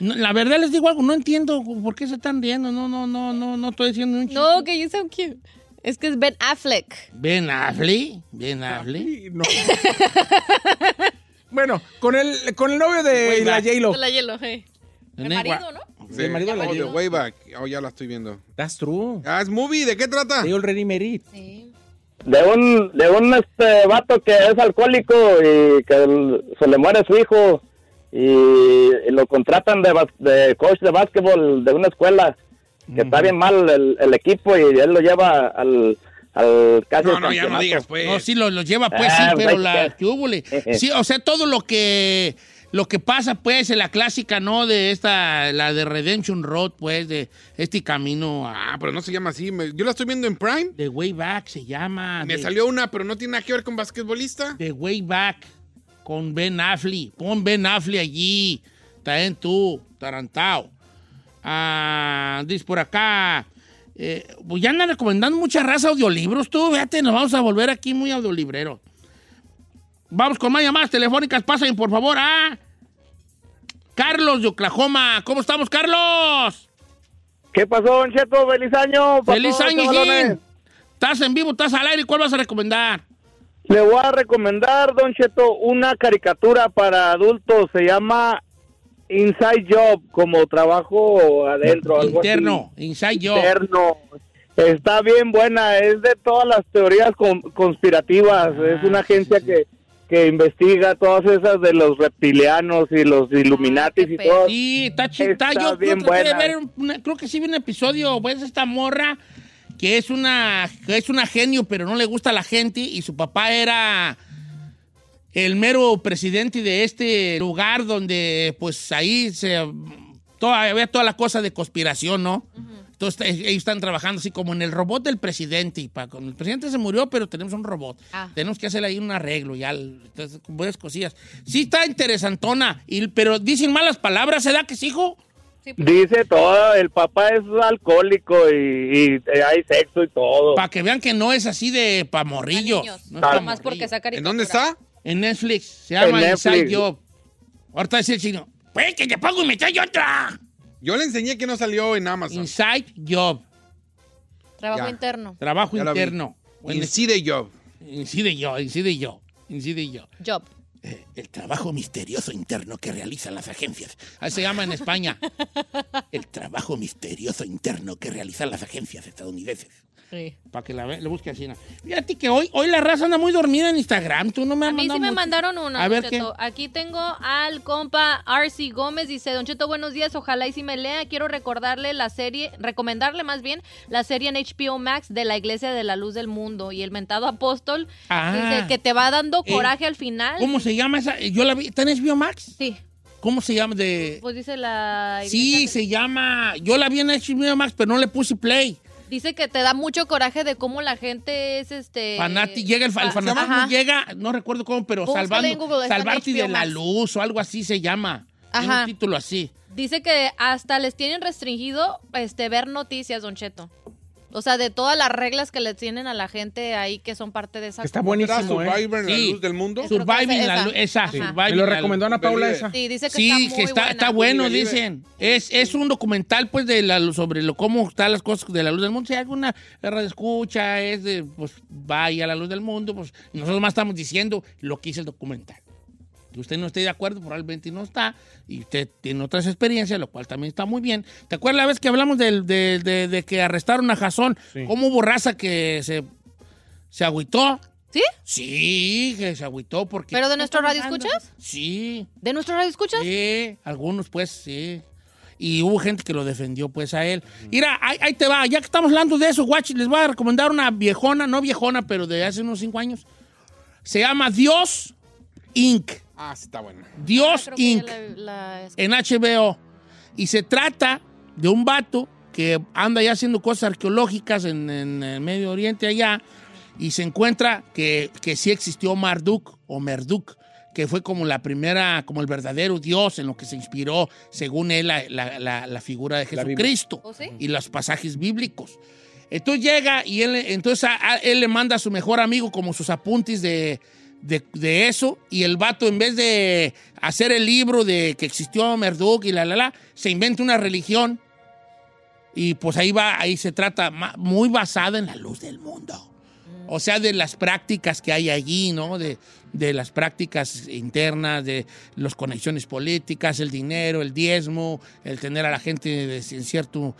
No, la verdad les digo algo, no entiendo por qué se están riendo. No, no, no, no, no estoy diciendo un chiste. No, que you sound cute. Es que es Ben Affleck. Ben Affleck, Ben Affleck. No. bueno, con el, con el novio de Way la back. J-Lo. De la hielo, hey. El Negua- marido, ¿no? Sí. El marido de la Oh, The J-Lo. Way Back. Oh, ya la estoy viendo. That's true. Ah, es movie. ¿De qué trata? De Already Married. de un de un este vato que es alcohólico y que el- se le muere su hijo y, y lo contratan de, bas- de coach de básquetbol de una escuela que está bien mal el, el equipo y él lo lleva al al casi campeonato. No, sí, lo, lo lleva, pues Ah, sí, pero pues, la ya. ¿qué húbole? Sí, o sea, todo lo que lo que pasa, pues, en la clásica, ¿no? De esta, la de Redemption Road, pues, de este camino. Ah, pero no se llama así. Me- Yo la estoy viendo en Prime. The Way Back se llama. Me de- salió una, pero no tiene nada que ver con basquetbolista. The Way Back con Ben Affleck. Pon Ben Affleck allí. Está en tú, tarantao. Ah, dice por acá. eh, pues ya andan recomendando mucha raza audiolibros, tú. Fíjate, nos vamos a volver aquí muy audiolibreros. Vamos con más llamadas telefónicas. Pasen, por favor, a Carlos de Oklahoma. ¿Cómo estamos, Carlos? ¿Qué pasó, Don Cheto? ¡Feliz año! para ¡Feliz todos, año, chavalones! hijín! Estás en vivo, estás al aire. ¿Cuál vas a recomendar? Le voy a recomendar, Don Cheto, una caricatura para adultos. Se llama Inside Job, como trabajo adentro. algo así. Interno, Inside Job. Interno. Está bien buena. Es de todas las teorías con- conspirativas. Ah, es una agencia que que investiga todas esas de los reptilianos y los Illuminatis y todo. Sí, está chita. Está Yo creo bien que, traté de buena. ver una- creo que sí vi un episodio, pues esta morra que es una que es una genio, pero no le gusta a la gente y su papá era el mero presidente de este lugar donde pues ahí se toda, había toda la cosa de conspiración, ¿no? Entonces eh, ellos están trabajando así como en el robot del presidente. Y pa- con el presidente se murió, pero tenemos un robot. Ah. Tenemos que hacer ahí un arreglo ya. el- Entonces, con varias cosillas. Sí está interesantona, y, pero dicen malas palabras, ¿será que sí, hijo? Dice todo, el papá es alcohólico y, y hay sexo y todo. Para que vean que no es así de pa' morrillos. No es pa' Más porque saca ¿En dónde está? En Netflix. Se En llama Netflix. Inside Job. Ahorita dice el chino. Pues que te pago y me trae otra. Yo le enseñé que no salió en Amazon. Inside Job. Trabajo Ya. interno. Trabajo Ya la vi. interno. Inside Job. Inside Job, Inside Job, Inside Job. Eh, Job. El trabajo misterioso interno que realizan las agencias. Ahí se llama en España. El trabajo misterioso interno que realizan las agencias estadounidenses. Sí. Para que la ve- le busque así. ¿no? Fíjate que hoy, hoy la raza anda muy dormida en Instagram. Tú no me has A mí sí mandado me mucho. mandaron una. A don ver qué. Cheto. Aquí tengo al compa Arcy Gómez. Dice, Don Cheto, buenos días. Ojalá y si me lea. Quiero recordarle la serie, recomendarle más bien la serie en HBO Max de la Iglesia de la Luz del Mundo. Y el mentado apóstol Ah. dice que te va dando Eh, coraje al final. ¿Cómo se llama esa? Yo la vi. ¿Está en HBO Max? Sí. ¿Cómo se llama? De... Pues dice la... iglesia Sí, se llama. Yo la vi en HBO Max, pero no le puse play. Dice que te da mucho coraje de cómo la gente es este. Fanati- llega el, fa- el Ah, fanatismo ajá. llega, no recuerdo cómo, pero Búscala en salvando, Google, está en salvarte HBO de la Max. luz o algo así se llama. Tiene Ajá. un título así. Dice que hasta les tienen restringido este ver noticias, Don Cheto. O sea, de todas las reglas que le tienen a la gente ahí que son parte de esa. buenísimo, ¿eh? Survivor en la luz del mundo? Surviving la esa. luz, esa. Ajá. Surviving Me lo la luz. recomendó Ana Paula esa. Sí, dice que Sí, está muy que está, buena. está bueno, Libre, libre. dicen. Es, es un documental, pues, de la, sobre lo, cómo están las cosas de la luz del mundo. Si hay alguna radio escucha, es de, pues, vaya a la luz del mundo, pues, nosotros más estamos diciendo lo que dice el documental. Que usted no esté de acuerdo, probablemente no está, y usted tiene otras experiencias, lo cual también está muy bien. ¿Te acuerdas la vez que hablamos del- de, de- de que arrestaron a Jason? Sí. ¿Cómo hubo raza que se, se agüitó? ¿Sí? Sí, que se agüitó porque... ¿Pero de nuestro radio escuchas? Sí. ¿De nuestro radio escuchas? Sí, algunos pues sí. Y hubo gente que lo defendió pues a él. Mira, ahí, ahí te va, ya que estamos hablando de eso, guachi, les voy a recomendar una viejona, no viejona, pero de hace unos cinco años. Se llama Dios Inc. Ah, sí, está bueno. Dios Ah, Creo que ya Inc. la- la- en HBO. Y se trata de un vato que anda ya haciendo cosas arqueológicas en, en el Medio Oriente allá y se encuentra que, que sí existió Marduk o Merduk, que fue como la primera, como el verdadero Dios en lo que se inspiró, según él, la, la- la- la figura de Biblia. Jesucristo ¿Oh, sí? y los pasajes bíblicos. Entonces llega y él, entonces a- a- él le manda a su mejor amigo como sus apuntes de, de- de eso y el vato en vez de hacer el libro de que existió Merduk y la la la, se inventa una religión y pues ahí va, ahí se trata ma- muy basada en la luz del mundo. O sea, de las prácticas que hay allí, ¿no? De, de las prácticas internas, de las conexiones políticas, el dinero, el diezmo, el tener a la gente de- en cierto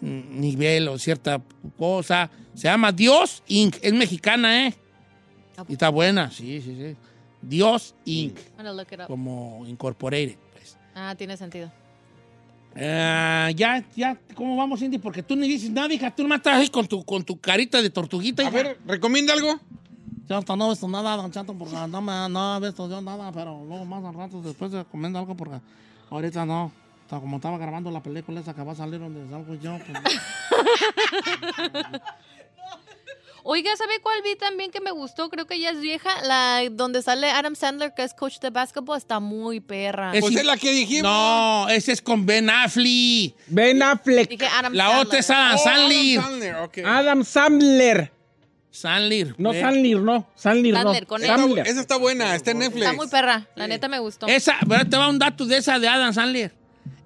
mm, nivel o cierta cosa. Se llama Dios Inc. Es mexicana, ¿eh? Y está buena, sí, sí, sí. Dios Inc. I'm gonna look it up. Como Incorporated. Ah, tiene sentido. Ah, ya, ya, ¿cómo vamos, Cindy? Porque tú ni dices nada, hija. Tú nomás estás ahí con tu, con tu carita de tortuguita. A ver, ¿recomienda algo? Yo hasta no he visto nada, don Chato, porque no me no he visto yo nada, pero luego más al rato después te recomiendo algo porque ahorita no. O sea, como estaba grabando la película esa que va a salir donde salgo yo. pues- Oiga, ¿sabe cuál vi también que me gustó? Creo que ya es vieja. La donde sale Adam Sandler, que es coach de básquetbol, está muy perra. Pues Pues No, ese es con Ben Affleck. Ben Affleck. Dije Adam La Sandler. otra es Adam Oh, Sandler. Adam Sandler, Adam Sandler. Sandler. No, eh. Sandler, no. Sandler, no. Sandler, con él. Sandler. Esa está buena, está en Netflix. Está muy perra. La neta me gustó. Esa, pero te va un dato de esa de Adam Sandler.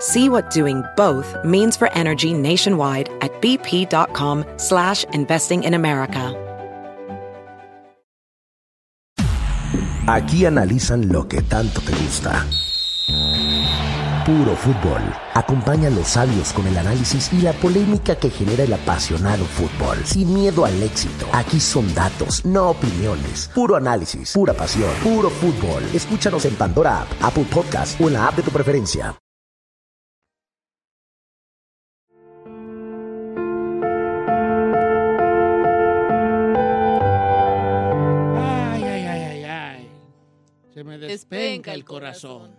See what doing both means for energy nationwide at bp.com slash investing in America. Aquí analizan lo que tanto te gusta. Puro fútbol. Acompaña a los sabios con el análisis y la polémica que genera el apasionado fútbol. Sin miedo al éxito. Aquí son datos, no opiniones. Puro análisis, pura pasión, puro fútbol. Escúchanos en Pandora App, Apple Podcast o en la app de tu preferencia. Ay, ay, ay, ay, ay. Se me despenca el corazón.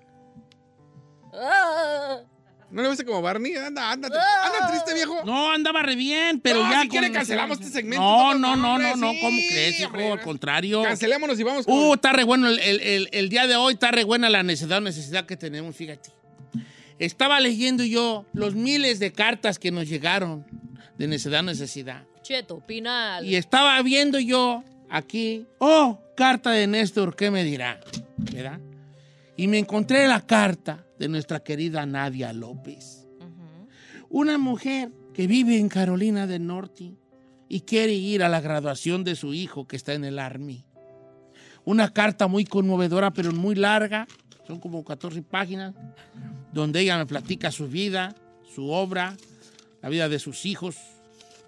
Ah. ¿No le ves como Barney? Anda, anda, anda triste, viejo. No, andaba re bien, pero No, ya. si quiere con- cancelamos este segmento. No, No, no, no, hombre, no, no. sí, ¿Cómo crees, hijo? Al contrario. Cancelémonos y vamos con- Uh, está re bueno. El, el- el- el día de hoy está re buena la necesidad, necesidad que tenemos, fíjate. Estaba leyendo yo los miles de cartas que nos llegaron de necesidad, necesidad. Cheto, opina. al- Y estaba viendo yo aquí, oh, carta de Néstor, ¿qué me dirá? ¿Verdad? Y me encontré la carta de nuestra querida Nadia López. Una mujer que vive en Carolina del Norte y quiere ir a la graduación de su hijo que está en el Army. Una carta muy conmovedora, pero muy larga, son como 14 páginas, donde ella me platica su vida, su obra, la vida de sus hijos,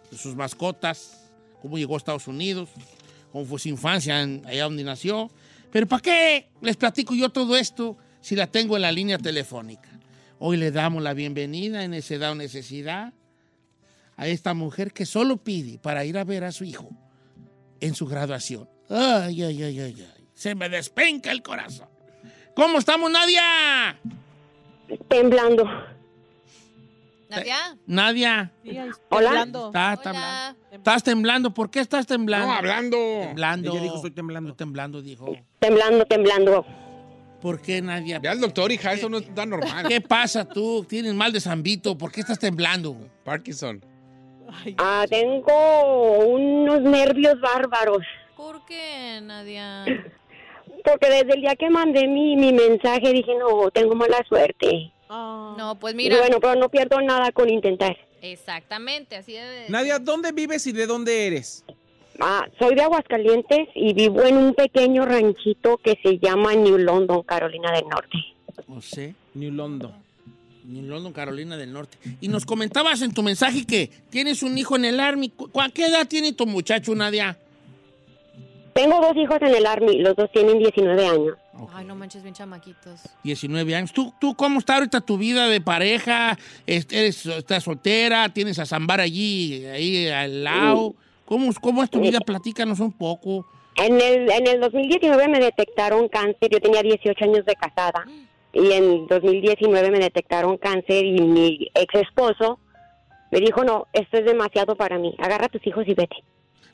de sus mascotas, cómo llegó a Estados Unidos, cómo fue su infancia en- allá donde nació. Pero ¿para qué les platico yo todo esto si la tengo en la línea telefónica? Hoy le damos la bienvenida en Necedad o Necesidad a esta mujer que solo pide para ir a ver a su hijo en su graduación. Ay, ay, ay, ay, ay. Se me despenca el corazón. ¿Cómo estamos, Nadia? Temblando. Nadia. Nadia. Hola. Está temblando. Estás temblando. ¿Por qué estás temblando? No, hablando. Temblando. Ella dijo, estoy temblando. temblando, dijo. Temblando, temblando. ¿Por qué, Nadia? Ve al doctor, hija, eso no está normal. ¿Qué pasa tú? Tienes mal de zambito. ¿Por qué estás temblando? Parkinson. Ah, tengo unos nervios bárbaros. ¿Por qué, Nadia? Porque desde el día que mandé mi, mi mensaje dije, no, tengo mala suerte. No, pues Y mira. bueno, pero no pierdo nada con intentar. Exactamente, así debe. de- Nadia, ¿dónde vives y de dónde eres? Ah, soy de Aguascalientes y vivo en un pequeño ranchito que se llama New London, Carolina del Norte. No sé. New London. New London, Carolina del Norte. Y nos comentabas en tu mensaje que tienes un hijo en el Army. ¿Cu- cu- ¿Qué edad tiene tu muchacho, Nadia? Tengo dos hijos en el Army, los dos tienen 19 años. Ay, no manches, bien chamaquitos. 19 años. ¿Tú, tú cómo está ahorita tu vida de pareja? Este, eres- ¿Estás soltera? ¿Tienes a Zambar allí, ahí al Uh. lado? ¿Cómo, ¿Cómo es Eh, tu vida? Platícanos un poco. En el, en el 2019 me detectaron cáncer, yo tenía 18 años de casada y en 2019 me detectaron cáncer y mi ex esposo me dijo, no, esto es demasiado para mí, agarra a tus hijos y vete.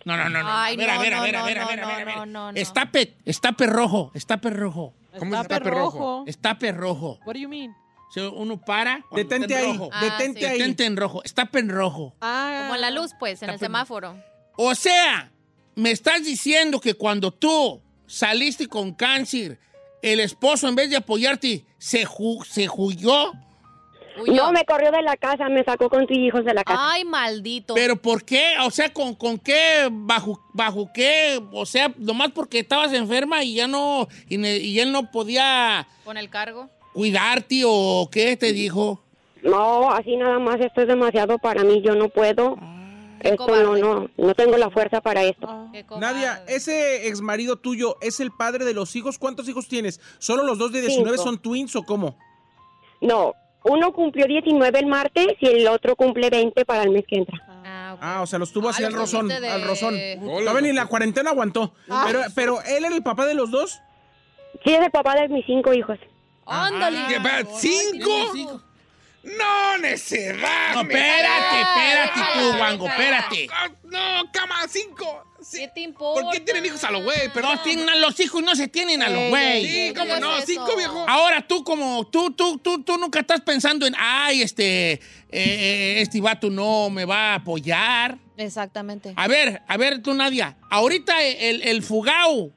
No, no, no, no. Ay, a ver, a no, ver, a no, ver, a no, ver, a no, ver, a no, ver, a ver. no, no, no. Está, pe- está perrojo, está perrojo. ¿Cómo Está es está perrojo? perrojo. Está perrojo. What do you mean? O sea, uno para. cuando está en Detente ahí, rojo. Ah, detente sí. ahí. Detente en rojo. Está penrojo. Como en la luz, pues, en el semáforo. O sea, me estás diciendo que cuando tú saliste con cáncer, el esposo en vez de apoyarte se, ju se huyó. No, me corrió de la casa, me sacó con tus hijos de la casa. Ay, maldito. Pero ¿por qué? O sea, ¿con, con qué? ¿Bajo, ¿Bajo qué? O sea, nomás porque estabas enferma y ya no, y, ne- y él no podía Con el cargo. cuidarte o qué te dijo. No, así nada más, esto es demasiado para mí, yo no puedo. Esto no, no, no tengo la fuerza para esto. Nadia, ese ex marido tuyo es el padre de los hijos. ¿Cuántos hijos tienes? ¿Solo los dos de 19 Cinco. son twins o cómo? No, uno cumplió 19 el martes y el otro cumple 20 para el mes que entra. Ah, o sea, los tuvo Ah, así los al rozón, tuviste de- al rozón. Hola, Todavía ni la cuarentena aguantó. Ah. Pero, pero él era el papá de los dos. Sí, es el papá de mis cinco hijos. ¡Ándale! ¿Cinco? ¡No, necedad! No, espérate, espérate tú, guango, espérate. Ah, No, cama, cinco. Sí. ¿Qué te importa? ¿Por qué tienen hijos a los güey? Pero No tienen a los hijos, no se tienen a los Ey, güey. ey, Sí, cómo no, cinco, viejo. Ahora tú como, tú, tú, tú, tú nunca estás pensando en, ay, este, eh, eh, este vato no me va a apoyar. Exactamente. A ver, a ver tú, Nadia, ahorita el, el fugao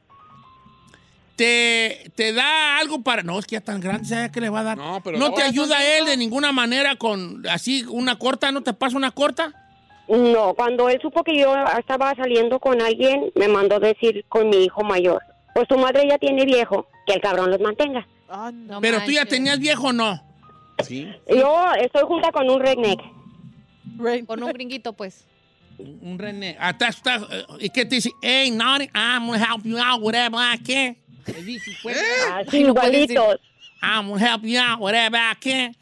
te, te da algo para, no, es que ya tan grande, ¿sabes qué le va a dar? No, pero te ahora ayuda él de ninguna manera con, así, una corta, ¿no te pasa una corta? No, cuando él supo que yo estaba saliendo con alguien, me mandó decir con mi hijo mayor, pues tu madre ya tiene viejo, que el cabrón los mantenga. pero tú ya tenías viejo o no. Sí. Yo estoy junta con un redneck. Con un gringuito, pues. Un René. Hasta, hasta, eh, ¿Y qué te dice? Hey, Nani, I'm gonna help you out, whatever ah, I can. Te dice, pues. Ah, Así igualitos. I'm gonna help you out, whatever I can.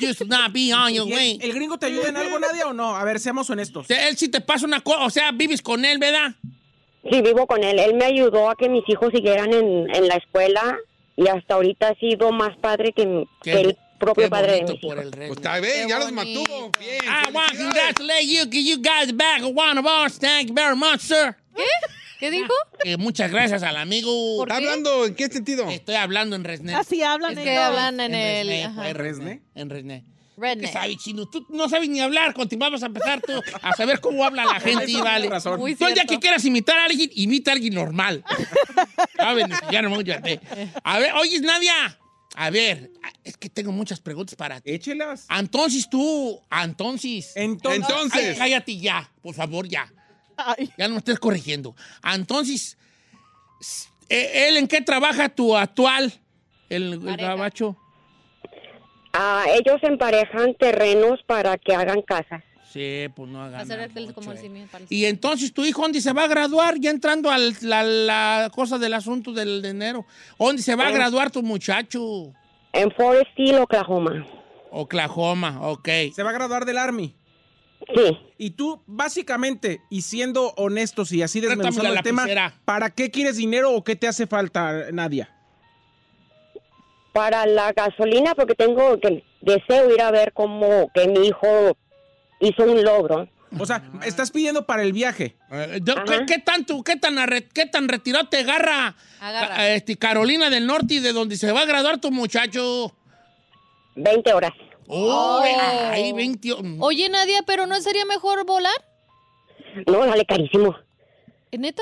Just not be on your ¿Y el- way. ¿El gringo te ayuda en algo, Nadia, o no? A ver, seamos honestos. Él sí te pasa una cosa, o sea, vives con él, ¿verdad? Sí, vivo con él. Él me ayudó a que mis hijos siguieran en, en la escuela y hasta ahorita ha sido más padre que, que él propio Qué padre de bonito México. por el rey. Está bien, ya los mantuvo. Bien. I want to congratulate you, que you guys back one of us. Thank you very much, sir. Ah, ¿Qué? ¿Qué dijo? Que muchas gracias al amigo. ¿Por ¿Está qué? hablando en qué sentido? Estoy hablando en Resnet. Así hablan Es ellos. que hablan en el... Resnet, ajá. pues, ¿En Resnet? En Resnet. ¿Qué Redneck. sabes, chino? Tú no sabes ni hablar. Continuamos a empezar tú a saber cómo habla la gente. Eso y vale. tiene razón. Tú Muy el día cierto. que quieras imitar a alguien, imita a alguien normal. ¿Sabes? Ya no me voy a llorar. A ver, oye, Nadia. A ver, es que tengo muchas preguntas para ti. Échelas. Entonces tú, entonces. Entonces. Entonces. Ay, cállate ya, por favor, ya. Ya no me estés corrigiendo. Entonces, s- eh, ¿él en qué trabaja tu actual, el, el gabacho? Ah, ellos emparejan terrenos para que hagan casas. Sí, pues no haga Hacer nada. el, como el cimiento para el- Y entonces tu hijo, ¿dónde se va a graduar? Ya entrando a la, la cosa del asunto del de enero. ¿Dónde se va a Eh. graduar tu muchacho? En Forest Hill, Oklahoma. Oklahoma, ok. Se va a graduar del Army. Sí. Y tú, básicamente, y siendo honestos y así Préstame desmenuzando la el tema, lapicera. ¿para qué quieres dinero o qué te hace falta, Nadia? Para la gasolina, porque tengo que deseo ir a ver cómo que mi hijo hizo un logro. O sea, estás pidiendo para el viaje. Eh, ¿Qué, qué tanto, qué tan, arre- qué tan retirado te agarra, Agarra. ca- este, Carolina del Norte y de donde se va a graduar tu muchacho? 20 horas. Oh. Oh, ay, 20. Oye, Nadia, ¿pero no sería mejor volar? No, sale carísimo. ¿Eh, ¿Neta?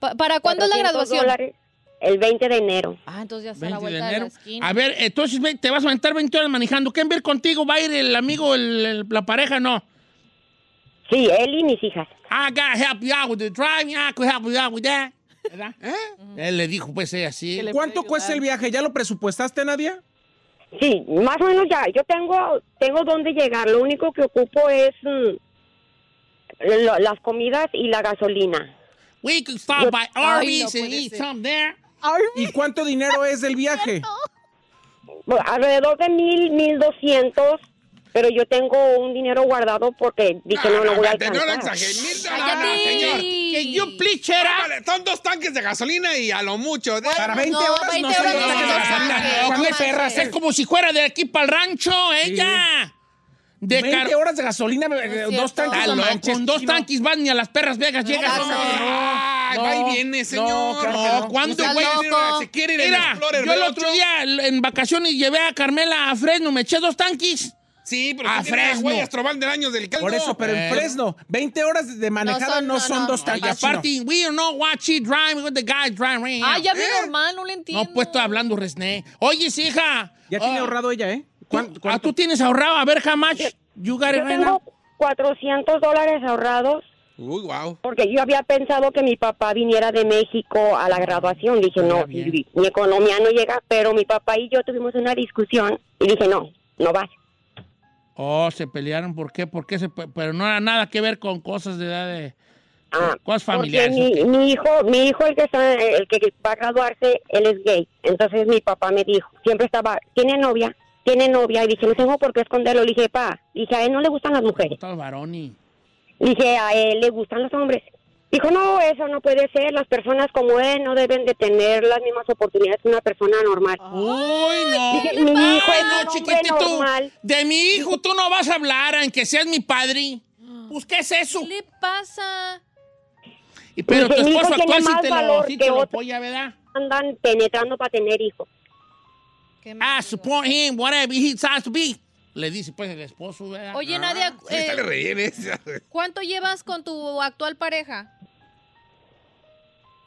Pa- ¿Para cuándo es la 400 graduación? dólares el 20 de enero. Ah, entonces ya está a la 20 de vuelta de, enero. la esquina. A ver, entonces ve- te vas a aventar 20 horas manejando. ¿Quién va a ir contigo? ¿Va a ir el amigo, el- el- la pareja? No. Sí, él y mis hijas. I gotta help you out with the driving. I could help you out with that. ¿Verdad? Él le dijo, pues, eh, así. ¿Cuánto cuesta el viaje? ¿Ya lo presupuestaste, Nadia? Sí, más o menos ya. Yo tengo tengo dónde llegar. Lo único que ocupo es mm, lo- las comidas y la gasolina. We could stop by Ay, no Arby's and puede eat ser. some there. ¿Y cuánto dinero es del viaje? Bueno, alrededor de mil, mil doscientos. Pero yo tengo un dinero guardado porque dije no, no voy a alcanzar. No lo exageres. Mil dólares, Cállate. señor. Que you please shut up. Ándale, Son dos tanques de gasolina y a lo mucho. Para 20 No, horas 20 no son horas los no tanques de son gasolina. tanques. ¿Cuándo No perras? manches. Es como si fuera de aquí para el rancho, ella. De 20 car- horas de gasolina, eh, es dos cierto. tanques. Está no loco, manches, con dos chino. tanques van ni a las perras Vegas llegas. no, Ay, va y viene, señor. claro que No, no. ¿cuándo, Estás güey? loco. Se quiere ir en Mira, Explorer, yo el ¿verdad, otro Ocho? día l- en vacaciones llevé a Carmela a Fresno, me eché dos tanques. Sí, pero A usted tiene las Fresno. huellas trobal del año del caldo. Por eso, pero en Eh. Fresno, 20 horas de manejada No son- no no, son, no. dos Ay, Y tanques. chino. aparte, we don't know what she driving, what the guy driving right Ah, now. ya vi normal, no le entiendo. No, pues estoy hablando, Resné. Oye, sí, hija. Ya tiene Ah, ahorrado ella, ¿eh? ¿tú- ¿Cuán- ah, cuánto? tú tienes ahorrado. A ver, how much you got it Yo right now? tengo 400 dólares ahorrados Uy, wow. porque yo había pensado que mi papá viniera de México a la graduación. Dije, no, mi, mi economía no llega, pero mi papá y yo tuvimos una discusión y dije, no, no vas. Oh, se pelearon. ¿Por qué? ¿Por qué se pe- Pero no era nada que ver con cosas de edad de... Ah, porque Cosas familiares. mi, mi hijo, mi hijo el que está, el que va a graduarse, él es gay. Entonces mi papá me dijo, siempre estaba, tiene novia, tiene novia y dije, no tengo por qué esconderlo. Le dije, pa, dije a él no le gustan las mujeres. Estás varón y... Dije, a él le gustan los hombres. Dijo, no, eso no puede ser. Las personas como él no deben de tener las mismas oportunidades que una persona normal. Uy, no. Dije, mi hijo Ay, es un no, hombre chiquitito. normal. De mi hijo tú no vas a hablar, aunque seas mi padre. Pues, ¿qué es eso? ¿Qué le pasa? Y- Pero tu Dije, mi hijo esposo tiene actual sí más te lo, valor sí que te lo otro. apoya, ¿verdad? Andan penetrando para tener hijos. Qué I menso. Ah, support him, whatever he decides to be. Le dice, pues, el esposo, ¿verdad? Oye, Nadia, Sí, eh, sale re bien esa. ¿cuánto llevas con tu actual pareja?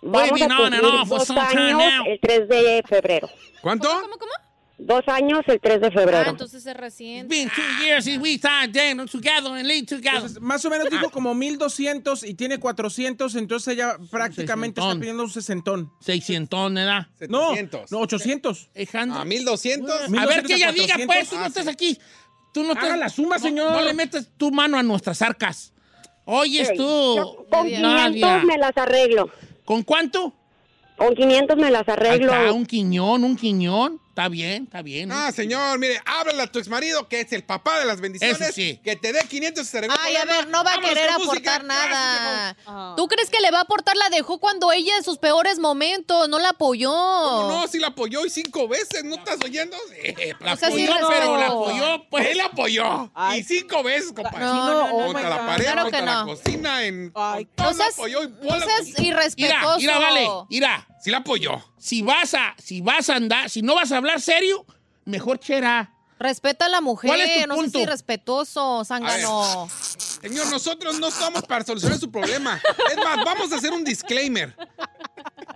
Vamos Baby, a no, pues, cumplir no, no, for dos some time años now. el 3 de febrero. ¿Cuánto? ¿Cómo, cómo? Dos años el 3 de Ah, febrero. entonces es It's recién. been two years since we started dating together and live together. Entonces, más o menos dijo como 1200 y tiene 400, entonces ella prácticamente está sesentón. pidiendo un sesentón. 600, ¿verdad? No, 700. no, 800. Alejandro. ¿A 1200? A ver que ella 1200, diga, pues, tú no 400. estás aquí. Tú no estás. Haga la suma, No- señor. No, le metas tu mano a nuestras arcas. Oyes Sí, tú. yo Con Nadia. 500 me las arreglo. ¿Con cuánto? Con 500 me las Ahí arreglo. está, un quiñón, un quiñón. Está bien, está bien. Ah, señor, mire, háblale a tu exmarido, que es el papá de las bendiciones. Eso sí. Que te dé 500 y Ay, a ver, no va a querer aportar nada. ¿Tú crees que le va a aportar? La dejó cuando ella en sus peores momentos, no la apoyó. No, sí la apoyó y cinco veces, ¿no estás oyendo? Eh, la O sea, sí apoyó, respetó. pero la apoyó, pues él la apoyó. Y cinco veces, compadre. No, no, no, contra oh my la God. pared, Claro contra que la no. cocina, en... No la seas, apoyó y no bola- seas irrespetuoso. Mira, mira, vale, mira. Sí la apoyó. Si vas a, si vas a andar, si no vas a hablar serio, mejor chera. Respeta a la mujer, ¿Cuál es tu no seas punto? irrespetuoso, zángano. Señor, nosotros no estamos para solucionar su problema. Es más, vamos a hacer un disclaimer.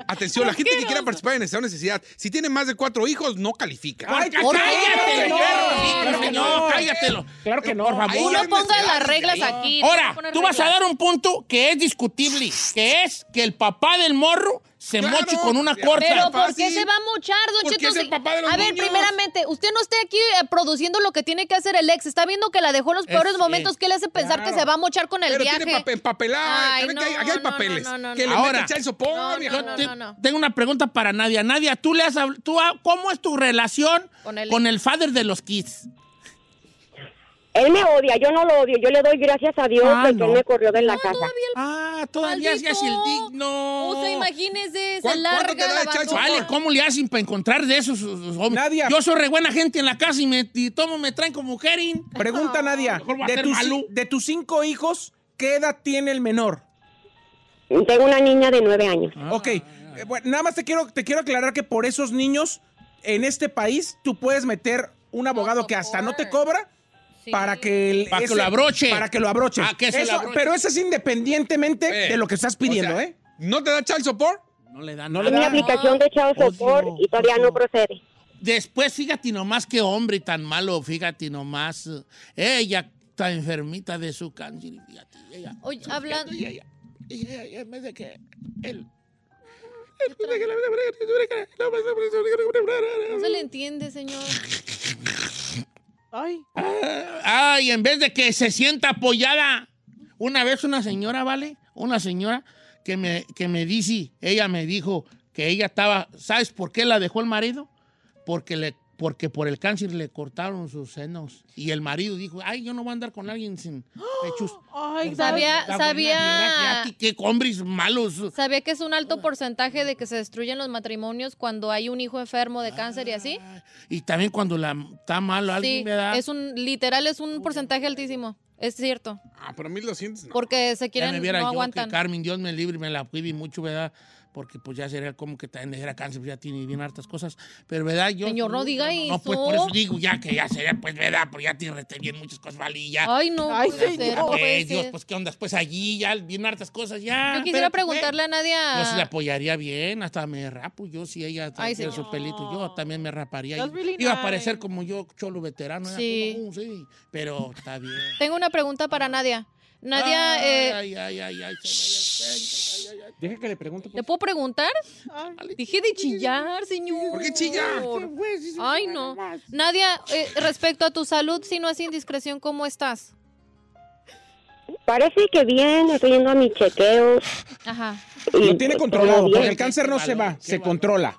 Atención, la gente que quiera participar en esta necesidad, si tiene más de cuatro hijos, no califica. Ay, Porque- ¿por qué? ¡Cállatelo, No, claro que no, cállatelo. Claro que no. Por favor. Uno ponga las reglas aquí. tiene que Ahora, poner tú vas a reglas. dar un punto que es discutible, que es que el papá del morro se moche con una corta. Pero ¿por qué se va a mochar, don Porque Cheto? es el Si- papá de los a ver, niños. primeramente, usted no esté aquí eh, produciendo lo que tiene que hacer el ex. Está viendo que la dejó en los Es- peores sí, momentos. ¿Qué le hace pensar claro. que se va a mochar con el Pero viaje? tiene papel, papelada. Ay, que ven que hay- no, aquí hay no, no, papeles. no, no, que no. le Ahora. meten chal support, viejo. Yo te- Tengo una pregunta para Nadia. Nadia, tú le has habl- tú, ha- ¿cómo es tu relación Con el- con el father de los kids? Él me odia, yo no lo odio, yo le doy gracias a Dios Ah, de que no. él me corrió de la casa. Ah, todavía Maldito. es el digno. O sea, imagínese, se ¿Cuán- larga la bandona. Vale, ¿cómo le hacen para encontrar de esos sus- sus hombres? Yo soy re buena gente en la casa y me y tomo, me traen como mujerín. Pregunta Nadia, Mejor voy a de ser tus, malo. de tus cinco hijos, ¿qué edad tiene el menor? Tengo una niña de nueve años. Ah. Ok, eh, bueno, nada más te quiero, te quiero aclarar que por esos niños, en este país, tú puedes meter un abogado que hasta no te cobra para que el- Para que ese- lo abroche. Para que lo abroche. Ah, que se lo Eso- abroche. Pero eso es independientemente de lo que estás pidiendo, ¿eh? ¿No te da child support? No le dan, No no le dan. aplicación de Chao Sopor y todavía no procede. Después, fíjate nomás qué hombre tan malo, fíjate nomás. eh, Ella está enfermita de su cáncer, y fíjate, ella. Oye, hablando. Y ella, y ella, y en vez de que él. No se le entiende, señor. Ay. Ay, en vez de que se sienta apoyada. Una vez una señora, ¿vale? Una señora que me, que me dice, ella me dijo que ella estaba, ¿sabes por qué la dejó el marido? Porque le porque por el cáncer le cortaron sus senos y el marido dijo, "Ay, yo no voy a andar con alguien sin pechos." Pues, Ay, Sabía, Está buena, mira, sabía. fíjate, Qué hombres malos. Sabía que es un alto porcentaje de que se destruyen los matrimonios cuando hay un hijo enfermo de cáncer y así. Y también cuando la está malo Ah, alguien, Sí, ¿verdad? es un literal es un porcentaje altísimo. Es cierto, Ah, pero 1200 no. porque se Ya quieren me viera no yo aguantan. que Carmen, Dios me libre, me la cuide mucho, ¿verdad? Porque pues ya sería como que también era cáncer, pues, ya tiene bien hartas cosas. Pero, ¿verdad? Yo, Señor, no diga No, pues por eso. eso digo ya que ya sería, pues, ¿verdad? Pues ya tiene rete bien muchas cosas, ¿vale? Y ya. Ay, no Ay, puede Ya, ser, no pues, puede Dios, ser. pues, ¿qué onda? Pues allí ya bien hartas cosas, ya. Yo quisiera Espérate, pues. preguntarle a Yo sí le Nadia. apoyaría bien, hasta me rapo yo, si ella Ay, tiene sí. su pelito, yo también me raparía. That's Y- really Iba a nice. parecer como yo, cholo veterano. ¿verdad? Sí. Uh, sí, pero está bien. Tengo una pregunta para Nadia. Nadia, Ay, eh, Ah. ay, ay, ay, ay, se me- ay, ay, ay. Deja que le pregunte. ¿le puedo preguntar? Dije de chillar, señor. ¿Por qué chillar? Ay, no. Nadia, eh, respecto a tu salud, si no es indiscreción, ¿cómo estás? Parece que bien, estoy yendo a mis chequeos. Ajá. Lo tiene controlado, todavía- porque el cáncer no se va, se controla.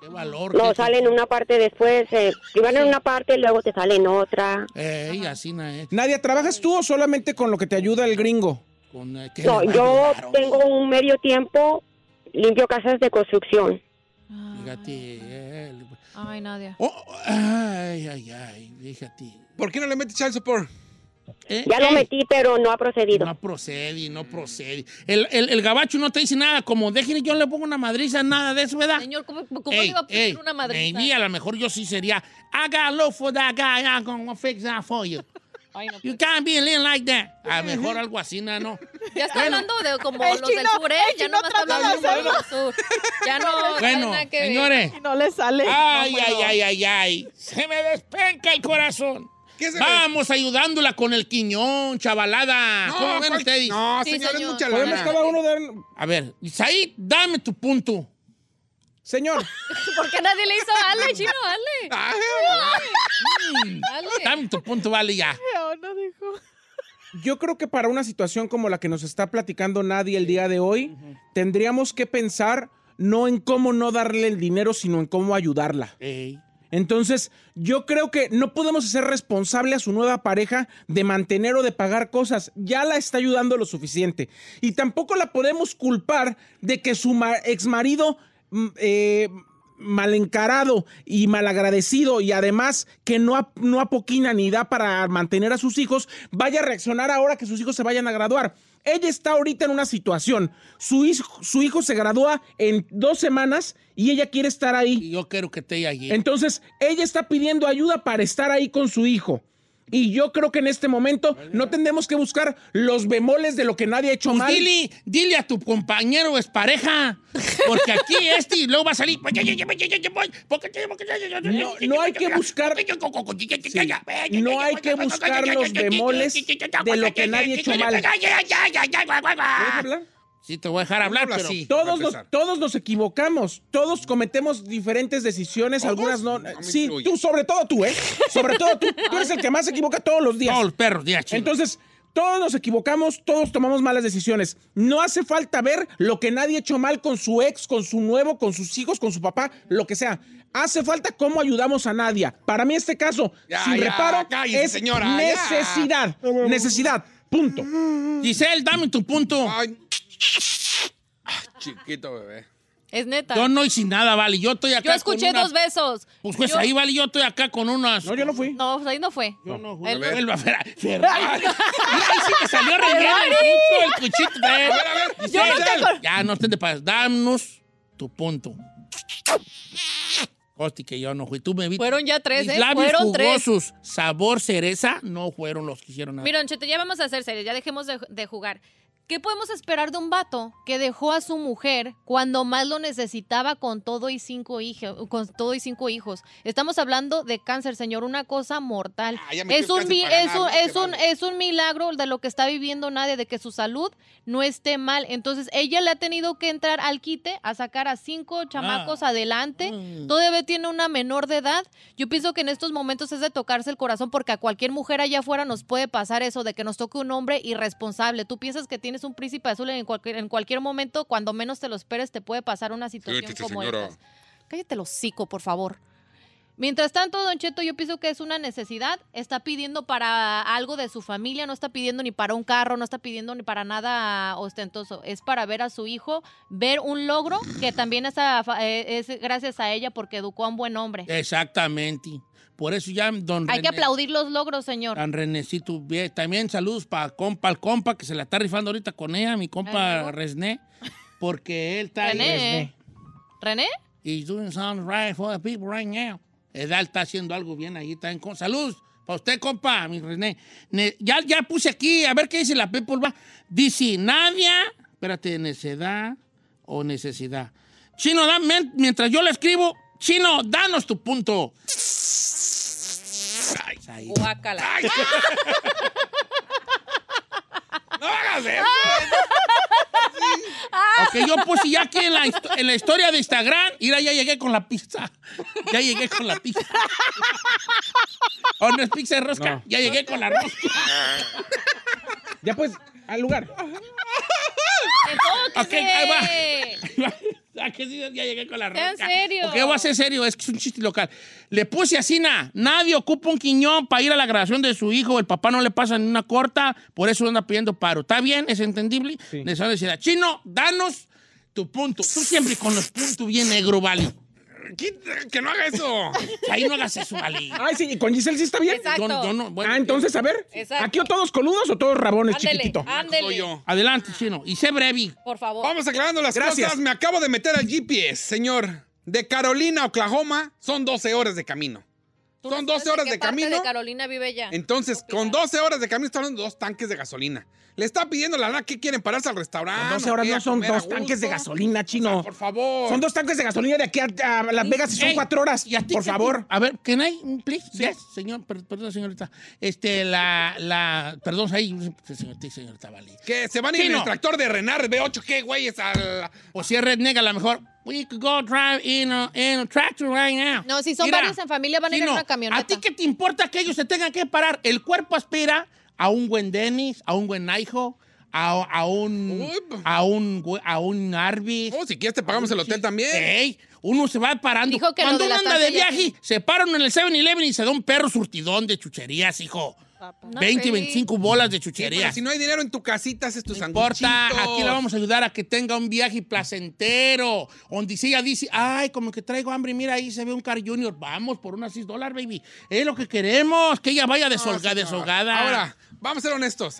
No, sale en una parte después, eh, primero en una parte, luego te sale en otra. Ey, así no es. Nadia, ¿trabajas tú o solamente con lo que te ayuda el gringo? Con, eh, que No, le yo ayudaron. tengo un medio tiempo, limpio casas de construcción. Fíjate, él. Ay, Nadia. Oh, ay, ay, ay, fíjate. ¿Por qué no le metes child support? Eh, Ya lo eh, metí, pero no ha procedido. No procede, no procede. El, el, el gabacho no te dice nada, como déjenme, yo le pongo una madriza, nada de eso, ¿verdad? Señor, ¿cómo, cómo Ey, le iba a poner ey, una madre? maybe a lo mejor yo sí sería, I got love for that guy, I'm gonna fix that for you. Ay, no. You can't be living like that. A lo mejor algo así, na, ¿no? Ya está hablando de como El los del chino- sur, ¿eh? el Ya chino no está trata de hablando como los del sur. pues Ya no. Bueno, tiene nada que ver. señores. No le sale. Ay, No, bueno. ay, ay, ay, ay. Se me despenca el corazón. se le- Vamos ayudándola con el quiñón, chavalada. No, ¿Cómo ven ¿cuál- ustedes? no, Sí, señor, es señor. mucha lana. Podemos cada uno dar... A ver, Isaí, dame tu punto. Señor, ¿Por qué nadie le hizo Ale, chino? Ale. Ale. dame tu punto, vale, ya. No dijo. Yo creo que para una situación como la que nos está platicando nadie el día de hoy, tendríamos que pensar no en cómo no darle el dinero, sino en cómo ayudarla. Ey. Entonces, yo creo que no podemos hacer responsable a su nueva pareja de mantener o de pagar cosas. Ya la está ayudando lo suficiente. Y tampoco la podemos culpar de que su ma- exmarido mm, eh, mal encarado y malagradecido y además que no, ap- no apoquina ni da para mantener a sus hijos, vaya a reaccionar ahora que sus hijos se vayan a graduar. Ella está ahorita en una situación. Su hijo, su hijo se gradúa en dos semanas y ella quiere estar ahí. yo quiero que esté allí. Entonces, ella está pidiendo ayuda para estar ahí con su hijo. Y yo creo que en este momento no tendremos que buscar los bemoles de lo que nadie ha hecho mal. Pues dile, dile a tu compañero es pareja. Porque aquí este y luego va a salir. No, no hay que buscar- No hay que buscar los bemoles de lo que nadie ha hecho mal. Sí, te voy a dejar hablar, pero todos, nos, todos nos equivocamos, todos cometemos diferentes decisiones, algunas no. sí, tú, sobre todo tú, ¿eh? Sobre todo tú, tú eres el que más se equivoca todos los días. Todos los perros, días, Entonces, todos nos equivocamos, todos tomamos malas decisiones. No hace falta ver lo que nadie ha hecho mal con su ex, con su nuevo, con sus hijos, con su papá, lo que sea. Hace falta cómo ayudamos a Nadia. Para mí este caso, Ya, sin ya, reparo, cállese, es señora, ya. necesidad. Necesidad. Punto. Giselle, dame tu punto. Chiquito bebé. Es neta. Yo no hice nada, vale. Yo estoy acá. Yo escuché con una- dos besos. Pues, pues Yo- ahí, vale, yo estoy acá con unas. No, yo no fui. No, pues ahí no fue. Yo no Él- Vuelvo a ver. a- Ferrari. Mira, ahí sí me salió re bien Ferrari. el cucho, el cuchito de él. A ver, a ver, yo no Giselle, tengo- Ya, no estés de paz. Danos tu punto. Hosti, que yo no fui. Tú me viste. Fueron ya tres, Mis ¿eh? labios Fueron tres. jugosos, sabor cereza, no fueron los que hicieron nada. Mira, Cheto, ya vamos a hacer series, ya dejemos de, de jugar. ¿Qué podemos esperar de un vato que dejó a su mujer cuando más lo necesitaba con todo y cinco hijos? Con todo y cinco hijos. Estamos hablando de cáncer, señor, una cosa mortal. Ah, ya metió es un, cáncer mi- para es, nada, un, no es, se un, vale. es un milagro de lo que está viviendo nadie, de que su salud no esté mal. Entonces, ella le ha tenido que entrar al quite a sacar a cinco chamacos adelante. Todavía tiene una menor de edad. Yo pienso que en estos momentos es de tocarse el corazón porque a cualquier mujer allá afuera nos puede pasar eso de que nos toque un hombre irresponsable. Tú piensas que tienes un príncipe azul en cualquier, en cualquier momento, cuando menos te lo esperes, te puede pasar una situación como esta. Cállate el hocico, por favor. Mientras tanto, Don Cheto, yo pienso que es una necesidad. Está pidiendo para algo de su familia, no está pidiendo ni para un carro, no está pidiendo ni para nada ostentoso. Es para ver a su hijo, ver un logro que también es, a- eh, es gracias a ella porque educó a un buen hombre. Exactamente. Por eso ya, don Este. Hay que Eh, René- Ah, aplaudir los logros, señor. Tan Renecito, bien. También saludos para compa, al compa que se la está rifando ahorita con ella, mi compa Resné, porque él está ahí. René. ¿eh? ¿René? He's doing something right for the people right now. Edal está haciendo algo bien ahí. Está en con... Saludos para usted, compa, mi René. Ne- Ya, ya puse aquí, a ver qué dice la people. Va. Dice, Nadia, espérate, necedad o necesidad. Chino, da- men- mientras yo le escribo, Chino, danos tu punto. Ay, ahí. Guácala. ¡No hagas eso! Ah. Ok, yo puse ya aquí en la, histo- en la historia de Instagram. Mira, ya llegué con la pizza. Ya llegué con la pizza. ¿O no es pizza de rosca? Ya llegué con la rosca. Ya pues, al lugar. Ok, ahí va. eh! Ah, que sí, Ya llegué con la Sean rosca. serios. Ok, voy a ser serio, es que es un chiste local. Le puse así, na, nadie ocupa un quiñón para ir a la grabación de su hijo, el papá no le pasa ni una corta, por eso anda pidiendo paro. ¿Está bien? ¿Es entendible? Necesidad. Chino, danos tu punto. Tú siempre con los puntos bien negro, vale. Que no haga eso. Ahí no hagas eso, vale. Ay, sí, ¿y con Giselle sí está bien. Exacto. Yo- yo no- bueno, ah, entonces, a ver. Exacto. ¿Aquí o todos coludos o todos rabones, Ándele, chiquitito? ándele. Soy yo. Adelante, chino. Y sé breve. Por favor. Vamos aclarando las Gracias. cosas. Me acabo de meter al GPS, señor. De Carolina, Oklahoma, son 12 horas de camino. Son 12 horas de camino. de Carolina vive ya? Entonces, con 12 horas de camino están hablando de dos tanques de gasolina. Le está pidiendo la lana que quieren pararse al restaurante. 12 horas ¿O qué? no ¿A son comer a dos tanques de gusto? gasolina, chino. por favor. Son dos tanques de gasolina de aquí a, a Las Vegas y son Ey, cuatro horas. ¿y a ti por qué te- favor. A ver, ¿can I, mm, please? Yes, señor, per- perdón, señorita. Este, la, la, perdón, ahí, señorita, señorita, vale. Que se van a ir en Chino. el tractor de Renar B8, ¿qué, güey? Es al... O si es redneck, a lo mejor, we could go drive in a, in a tractor right now. No, si son Mira, varios en familia, van a ir en Chino, una camioneta. ¿A ti qué te importa que ellos se tengan que parar? El cuerpo aspira a un buen Dennis, a un buen hijo, a, a un a un güe- a un Arby. pues. Oh, si quieres te pagamos el hotel también. uno se va parando. Dijo que lo Cuando de uno la anda de taza ya- viaje, se paran en el 7-Eleven y se da un perro surtidón de chucherías, hijo. 20 y 25 bolas de chucherías. si no hay dinero en tu casita, haces tus importa, sanguchitos. aquí le vamos a ayudar a que tenga un viaje placentero, donde si ella dice, ay, como que traigo hambre, mira ahí se ve un Car Junior, vamos por unas 6 dólares, baby, es lo que queremos, que ella vaya desolga- deshogada. Ahora, vamos a ser honestos.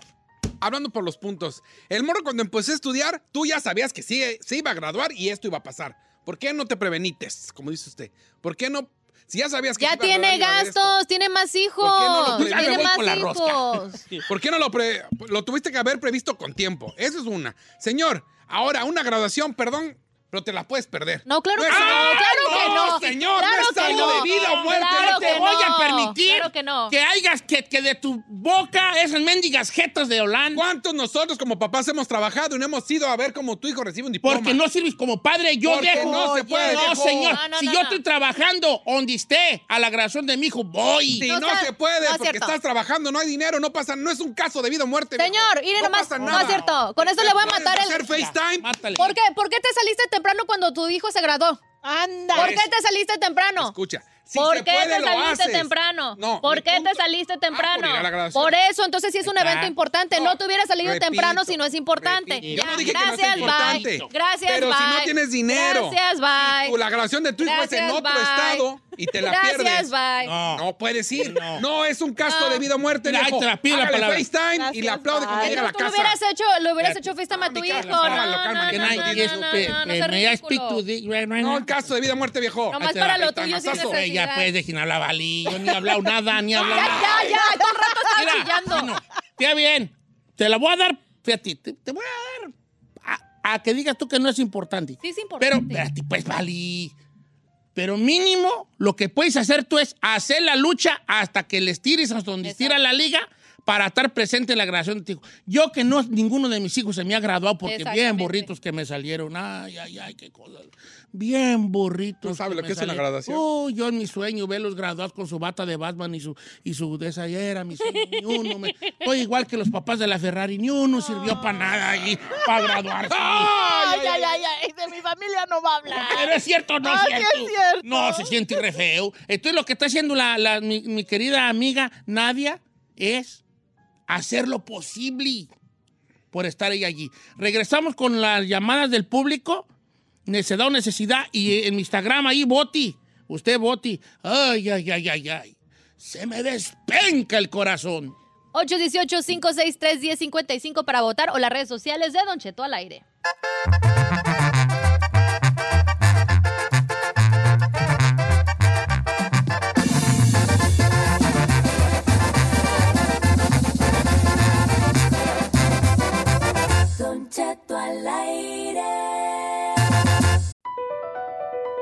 Hablando por los puntos. El morro cuando empecé a estudiar, tú ya sabías que sí, se iba a graduar y esto iba a pasar. ¿Por qué no te prevenites, como dice usted? ¿Por qué no? Si ya sabías que Ya te iba a graduar, tiene iba a haber esto. gastos, tiene más hijos. ¿Por qué no lo- Pues Ya me tiene voy más con la rosca. hijos. ¿Por qué no lo, pre- lo tuviste que haber previsto con tiempo? Eso es una. Señor, ahora una graduación, perdón, pero te la puedes perder. No, claro que no, ¡Ah, claro que no. Señor, Claro no es que algo no, de vida o muerte. claro no que te voy a no, permitir claro que no. hayas que, que de tu boca esas mendigas jetas de Holanda. ¿Cuántos nosotros como papás hemos trabajado y no hemos ido a ver cómo tu hijo recibe un diploma? Porque no sirves como padre, yo Porque dejo. no se puede, No, viejo. señor. No, no, si no, yo no. estoy trabajando donde esté a la graduación de mi hijo, voy. Si no, se puede, no es porque cierto. estás trabajando, no hay dinero, no pasa, no es un caso de vida o muerte. Señor, mire no nomás, pasa no nada. es cierto. Con eso le voy a Puedes matar el... hacer FaceTime. ¿Por qué? ¿Por qué te saliste temprano cuando tu hijo se graduó? Anda. ¿Por qué te saliste temprano? Escucha. si ¿Por se qué puede, te lo saliste haces. temprano? No, ¿Por mi qué te saliste temprano? ir a pues, la graduación. por eso, entonces sí es un Ahí está. evento importante. No, te hubieras salido Repito, temprano si no es importante. Yo no Ya, dije que no gracias, sea bye. importante. Gracias, Pero si no bye. tienes dinero. Gracias, bye. y tu- la graduación de tu hijo es en Gracias, otro bye. estado y te la Gracias, pierdes. bye. No, no puedes ir. No, No. es un caso de vida o muerte. Mira, ahí viejo. te la pido la Hágale palabra. FaceTime y le aplaude cuando llega a la Tú lo casa. hubieras hecho, lo hubieras hecho FaceTime a tu hijo. No, no, no, no, Can I no, just- no, pe- no, no pe- seas may I speak ridículo. to this right No, now? el caso de vida o muerte, viejo. Nomás Ahí te para la lo tuyo, FaceTime, sin mazazo. necesidad. Eh, Ya puedes dejen hablar, Valí. Yo ni he hablado nada, ni he hablado nada. Ya, ya, todo el rato Mira, estaba chillando. Está bien. Te la voy a dar, fíjate, te, te voy a dar a, a que digas tú que no es importante. Sí, es Pero, importante. espérate, pues, Vali. Pero mínimo, lo que puedes hacer tú es hacer la lucha hasta que les tires hasta donde estira la liga para estar presente en la graduación de tu hijo. Yo que no, ninguno de mis hijos se me ha graduado porque bien Exactamente. borritos que me salieron. Ay, ay, ay, qué cosas. Bien borritos. No sabe lo me que es una salieron. graduación. Oh, yo en mi sueño verlos graduados con su bata de Batman y su, y su de esa era, mi sueño. Ni uno me- Estoy igual que los papás de la Ferrari, ni uno sirvió para nada ahí, para graduarse. Ay, ay, ay, ay, de mi familia no va a hablar. Pero es cierto, o no es Ah, sí cierto. es cierto. No, se siente re feo. Entonces, lo que está haciendo la, la- mi, mi querida amiga Nadia es hacer lo posible por estar ella allí. Regresamos con las llamadas del público. Necesidad o necesidad. Y eh, en mi Instagram ahí, Boti. Usted, Boti. Ay, ay, ay, ay, ay. Se me despenca el corazón. 818-563-1055 para votar o las redes sociales de Don Cheto al aire. Don Cheto al aire.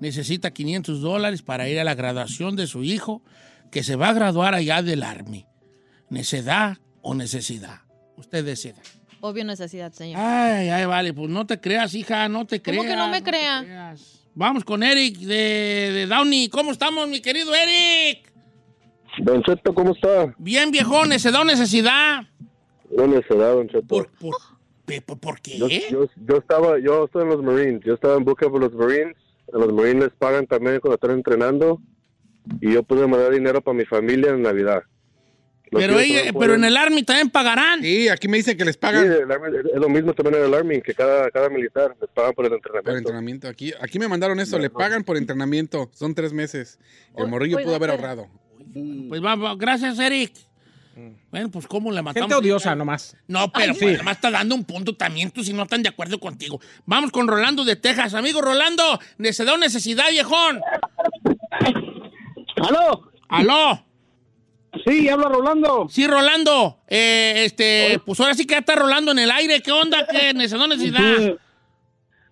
necesita 500 dólares para ir a la graduación de su hijo, que se va a graduar allá del Army. ¿Necedad o necesidad? Usted decida. Obvio necesidad, señor. Ay, ay, vale, pues no te creas, hija, Ah, no te creas. ¿Cómo que no me crea? Vamos con Eric de, de Downey. ¿Cómo estamos, mi querido Eric? Don Cheto, ¿cómo está? Bien, viejón, ¿necedad o necesidad? No necesidad, Don Cheto. ¿Por, por, qué? Yo, yo, yo estaba, yo estoy en los Marines. Yo estaba en busca por los Marines. A los Marines les pagan también cuando están entrenando. Y yo pude mandar dinero para mi familia en Navidad. Lo Pero, quiero ella- tomar por pero en él. el Army también pagarán. Sí, aquí me dicen que les Sí, el Army- es lo mismo también en el Army, que cada, cada militar les pagan por el entrenamiento. Por entrenamiento. Aquí, aquí me mandaron esto, le pues. pagan por entrenamiento. Son tres meses. El morrillo oiga, pudo haber espera. ahorrado. Pues va- va, gracias, Eric. Bueno, pues cómo la matamos. Mm. Gente odiosa nomás. No, pero pues, Ay, sí. además está dando un punto también tú si no están de acuerdo contigo. Vamos con Rolando de Texas. Amigo Rolando, necesidad o necesidad, viejón. ¿Aló? ¿Aló? Sí, habla Rolando. Sí, Rolando. Eh, este, pues ahora sí que ya está Rolando en el aire. ¿Qué onda? ¿Qué necesidad o necesidad? Sí.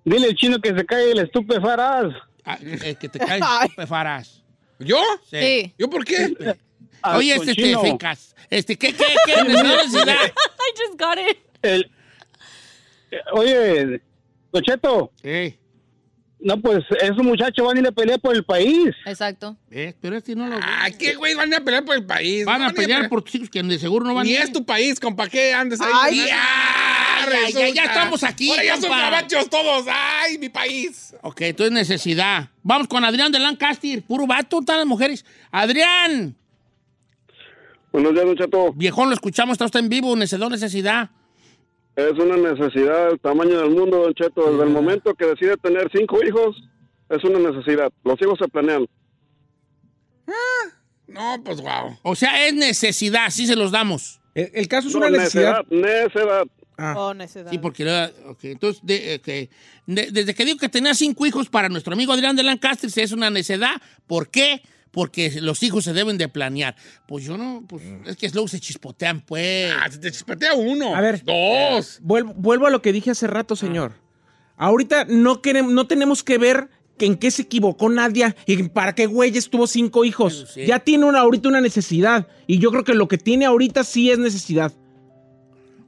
Dile al chino que se cae el estupefarás. Ah, eh, que te caes, pefarás. ¿Yo? Sí. Sí. ¿Yo por qué? Ah, Oye, con este, este, chino. fecas. Este, ¿qué, qué, qué? ¿Necesidad o necesidad? I just got it. El... eh, Oye, Cocheto. No, pues esos muchachos van a ir a pelear por el país. Exacto. Eh, pero este no lo... Ah, ¿qué, güey? Van a pelear por el país. Van a pelear por tus hijos que de seguro no van a Ni ir. es tu país, compa. ¿Qué andes ahí? Ay, Ya, ya, ya, resulta. ya estamos aquí, Ahora ya son compa. gabachos todos. ¡Ay, mi país! Ok, entonces necesidad. Vamos con Adrián de Lancaster. Puro vato, todas las mujeres. Adrián. Buenos días, muchacho. Viejón, lo escuchamos, está usted en vivo. Necesidad, necesidad. Es una necesidad del tamaño del mundo, Don Cheto. Desde el momento que decide tener cinco hijos, es una necesidad. Los hijos se planean. No, pues wow. O sea, es necesidad, sí se los damos. El, el caso es No, una necesidad. Ah. Necedad. Ah. Oh, necedad. Sí, porque... eh, ok, entonces, de- eh, que- de- desde que digo que tenía cinco hijos para nuestro amigo Adrián de Lancaster, si es una necedad. ¿Por qué? Porque los hijos se deben de planear. Pues yo no, pues es que luego se chispotean, pues. Ah, se te chispotea uno. A ver. Dos. Vuelvo, vuelvo a lo que dije hace Ah. rato, señor. Ahorita no, queremos, no tenemos que ver que en qué se equivocó Nadia y para qué güeyes tuvo cinco hijos. Sí. Ya tiene una, ahorita una necesidad. Y yo creo que lo que tiene ahorita sí es necesidad.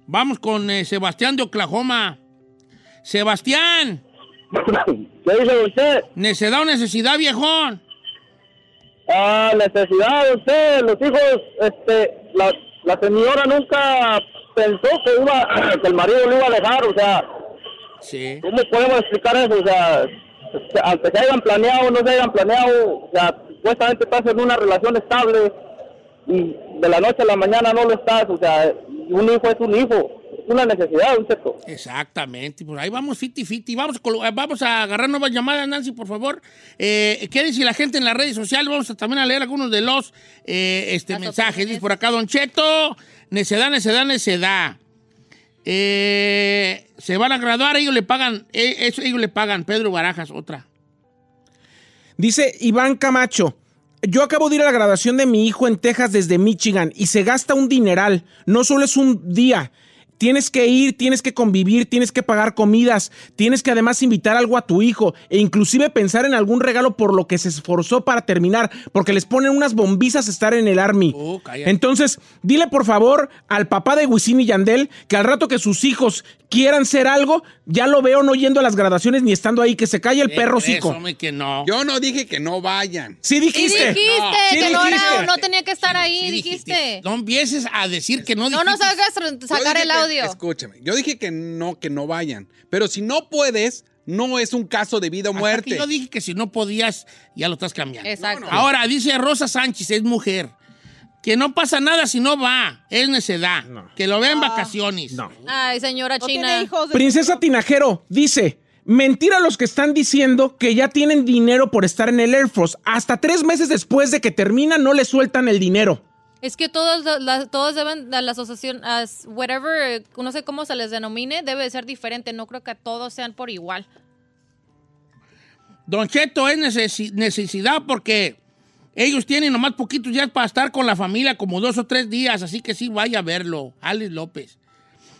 Vamos con eh, Sebastián de Oklahoma. Sebastián. ¿Qué dice usted? ¿Necedad o necesidad, viejón? Ah, necesidad, usted, los hijos, este, la, la señora nunca pensó que iba, que el marido lo iba a dejar, o sea, Sí. ¿cómo podemos explicar eso? O sea, este, aunque se hayan planeado, no se hayan planeado, o sea, supuestamente estás en una relación estable y de la noche a la mañana no lo estás, o sea, un hijo es un hijo, es una necesidad, un cierto. Exactamente, pues ahí vamos, fiti, fiti. Vamos, a colo- eh, vamos a agarrar nuevas llamadas, Nancy, por favor. Eh, ¿Qué dice la gente en las redes sociales? Vamos a, también a leer algunos de los eh, este, mensajes. Dice por acá, Don Cheto, necedad, necedad, necedad. Eh, se van a graduar, ellos le pagan, eh, eso ellos le pagan. Pedro Barajas, otra. Dice Iván Camacho. Yo acabo de ir a la graduación de mi hijo en Texas desde Michigan y se gasta un dineral. No solo es un día. Tienes que ir, tienes que convivir, tienes que pagar comidas, tienes que además invitar algo a tu hijo e inclusive pensar en algún regalo por lo que se esforzó para terminar, porque les ponen unas bombizas estar en el army. Oh, cállate. Entonces, dile por favor al papá de Wisin y Yandel que al rato que sus hijos quieran ser algo, ya lo veo no yendo a las graduaciones ni estando ahí, que se calle el perro Eso, hocico. hombre, que no. Yo no dije que no vayan. Sí Y dijiste. dijiste No, que sí no, era, dijiste. no tenía que estar ahí, dijiste. No empieces a decir que no No nos dijiste. hagas sacar dije el que- audio. escúchame, yo dije que no, que no vayan. Pero si no puedes, no es un caso de vida o muerte. que yo dije que si no podías, ya lo estás cambiando. Exacto. Ahora dice Rosa Sánchez, es mujer, que no pasa nada si no va, es necedad, que lo vea en vacaciones. Ay, señora China. Princesa Tinajero dice, mentira los que están diciendo que ya tienen dinero por estar en el Air Force. Hasta tres meses después de que termina no le sueltan el dinero. Es que todos, lo- las- todos deben, la, la asociación, as- whatever, eh, no sé cómo se les denomine, debe de ser diferente. No creo que todos sean por igual. Don Cheto es necesi- necesidad porque ellos tienen nomás poquitos días para estar con la familia, como dos o tres días, así que sí, vaya a verlo. Alex López.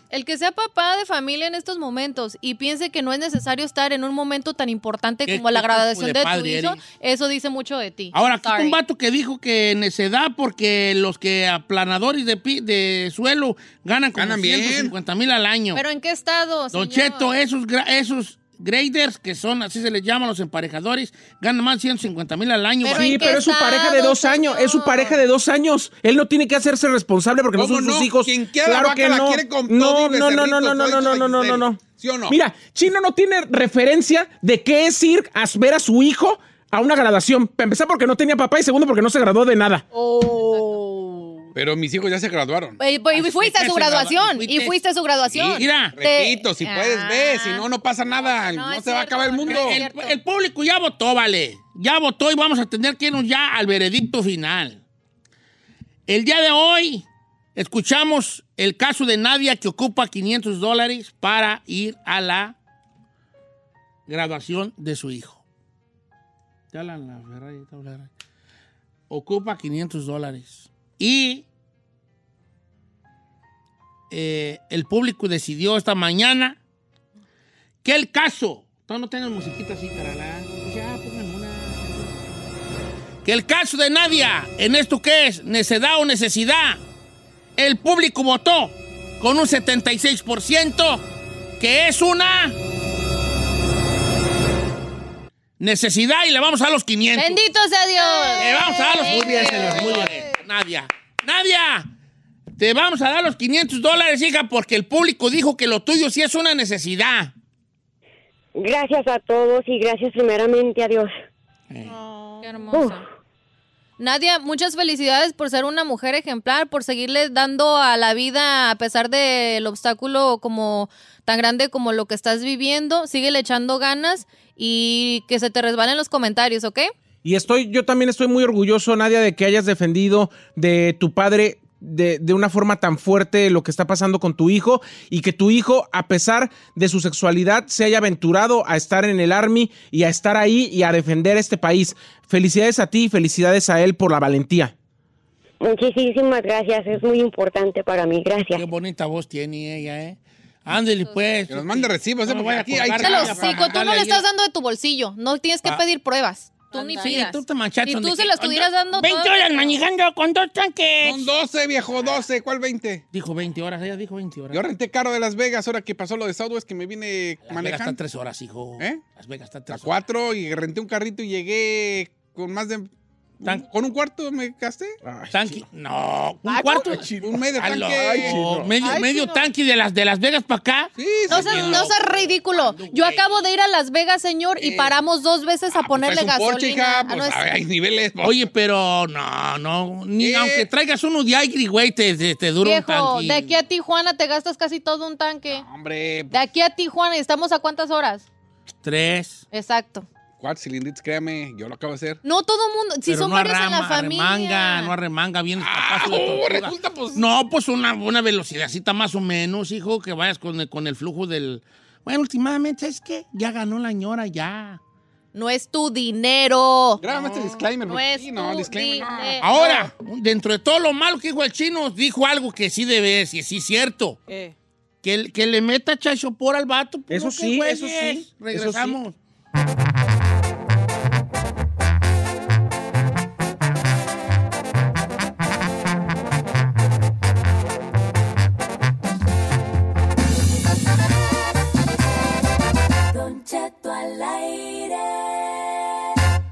El que sea papá de familia en estos momentos y piense que no es necesario estar en un momento tan importante ¿Qué- como la qué tipo graduación de de, tu padre hijo, eres? Ah, eso dice mucho de ti. Ahora, aquí Sorry. un vato que dijo que necedad porque los que aplanadores de, pi- de suelo ganan como Ganan bien. 150 mil al año. ¿Pero en qué estado, Don señor? Cheto, eh. esos, gra- esos graders, que son, así se les llama a los emparejadores, ganan más de 150 mil al año. sí, pero es su pareja de dos años, es su pareja de dos años. Él no tiene que hacerse responsable porque no ¿Cómo son no? sus hijos. Quien quiera la vaca la quiere con todo no, y no, no, no, becerrito, no, no, no, no, no, no, no, no. ¿Sí o no? Mira, Chino no tiene referencia de qué es ir a ver a su hijo a una graduación. Para empezar porque no tenía papá y segundo porque no se graduó de nada. Pero mis hijos ya se graduaron. Oh, eh, Y, y Ah, fuiste a su graduación. Y fuiste a su graduación. Y mira, Te- repito, si puedes ver, Ah. si no, no pasa nada, no, se va a acabar el mundo. El, el público ya votó, vale. Ya votó y vamos a tener que irnos ya al veredicto final. El día de hoy escuchamos el caso de Nadia que ocupa 500 dólares para ir a la graduación de su hijo. Ya la- la Ferrari, ya la Ferrari. Ocupa 500 dólares. Y eh, el público decidió esta mañana que el caso. No, no tenemos musiquita así, caralá. Ya, pues, pónganme una. Que el caso de Nadia, en esto que es necedad o necesidad, el público votó con un 76%, que es una necesidad y le vamos a los 500. Bendito sea Dios. Eh. Le vamos a dar los muy bien, señor, muy bien. Nadia. Nadia, te vamos a dar los 500 dólares, hija, porque el público dijo que lo tuyo sí es una necesidad. Gracias a todos y gracias primeramente a Dios. Qué hermosa. Nadia, muchas felicidades por ser una mujer ejemplar, por seguirle dando a la vida a pesar del obstáculo como tan grande como lo que estás viviendo. Síguele echando ganas y que se te resbalen los comentarios, ¿ok? Y estoy, yo también estoy muy orgulloso, Nadia, de que hayas defendido de tu padre de, de una forma tan fuerte lo que está pasando con tu hijo y que tu hijo, a pesar de su sexualidad, se haya aventurado a estar en el Army y a estar ahí y a defender este país. Felicidades a ti y felicidades a él por la valentía. Muchísimas gracias, es muy importante para mí, gracias. Qué bonita voz tiene ella, ¿eh? Ándele, pues. Que nos mande recibos, porque aquí hay Te lo hocico, tú no le estás dando de tu bolsillo, no tienes que Pa- pedir pruebas. Tú ni Ah. Sí, pidas. tú te manchaste Si donde tú se que- lo estuvieras dando 20 todo- horas manejando con dos tanques. Son 12, viejo, 12. ¿Cuál 20? Dijo 20 horas, ella dijo 20 horas. Yo renté caro de Las Vegas ahora que pasó lo de Southwest que me vine Vegas manejando. está tres horas, hijo. ¿Eh? Las Vegas está A tres horas. cuatro y renté un carrito y llegué con más de... un- con un cuarto me gasté. Tanque. No, un Ay, cuarto. chino. Un medio A lo- tanque. Ay, chino. medio Ay, medio chino. tanque de las, de las Vegas para acá. Sí, No seas, no seas ridículo. Yo acabo de ir a Las Vegas, señor, Eh, y paramos dos veces a ponerle traes ah, pues un Porsche, gasolina. hija, Ah, no, pues, es- a ver, hay niveles. Oye, pero no, no. Ni aunque traigas uno de aire, güey, te, te, te dura un Viejo, tanque. de aquí a Tijuana te gastas casi todo un tanque. Hombre, De aquí a Tijuana, ¿y ¿estamos a cuántas horas? tres, Exacto. cuatro cilindritos, créame, yo lo acabo de hacer. No todo mundo, si Pero son no varios en arrama, la familia. Arremanga, no arremanga, bien. oh, No, pues una, una velocidadcita más o menos, hijo, que vayas con el, con el flujo del. Bueno, últimamente es que ya ganó la ñora, ya. No es tu dinero. Grábame este disclaimer. No es tu dinero. Ahora, dentro de todo lo malo que dijo el chino, dijo algo que sí debe, si sí es cierto. Que, el- que le meta chacho por al vato. pues, Eso no, qué sí, güeyes. eso sí, eso sí. Regresamos. Don Cheto al aire.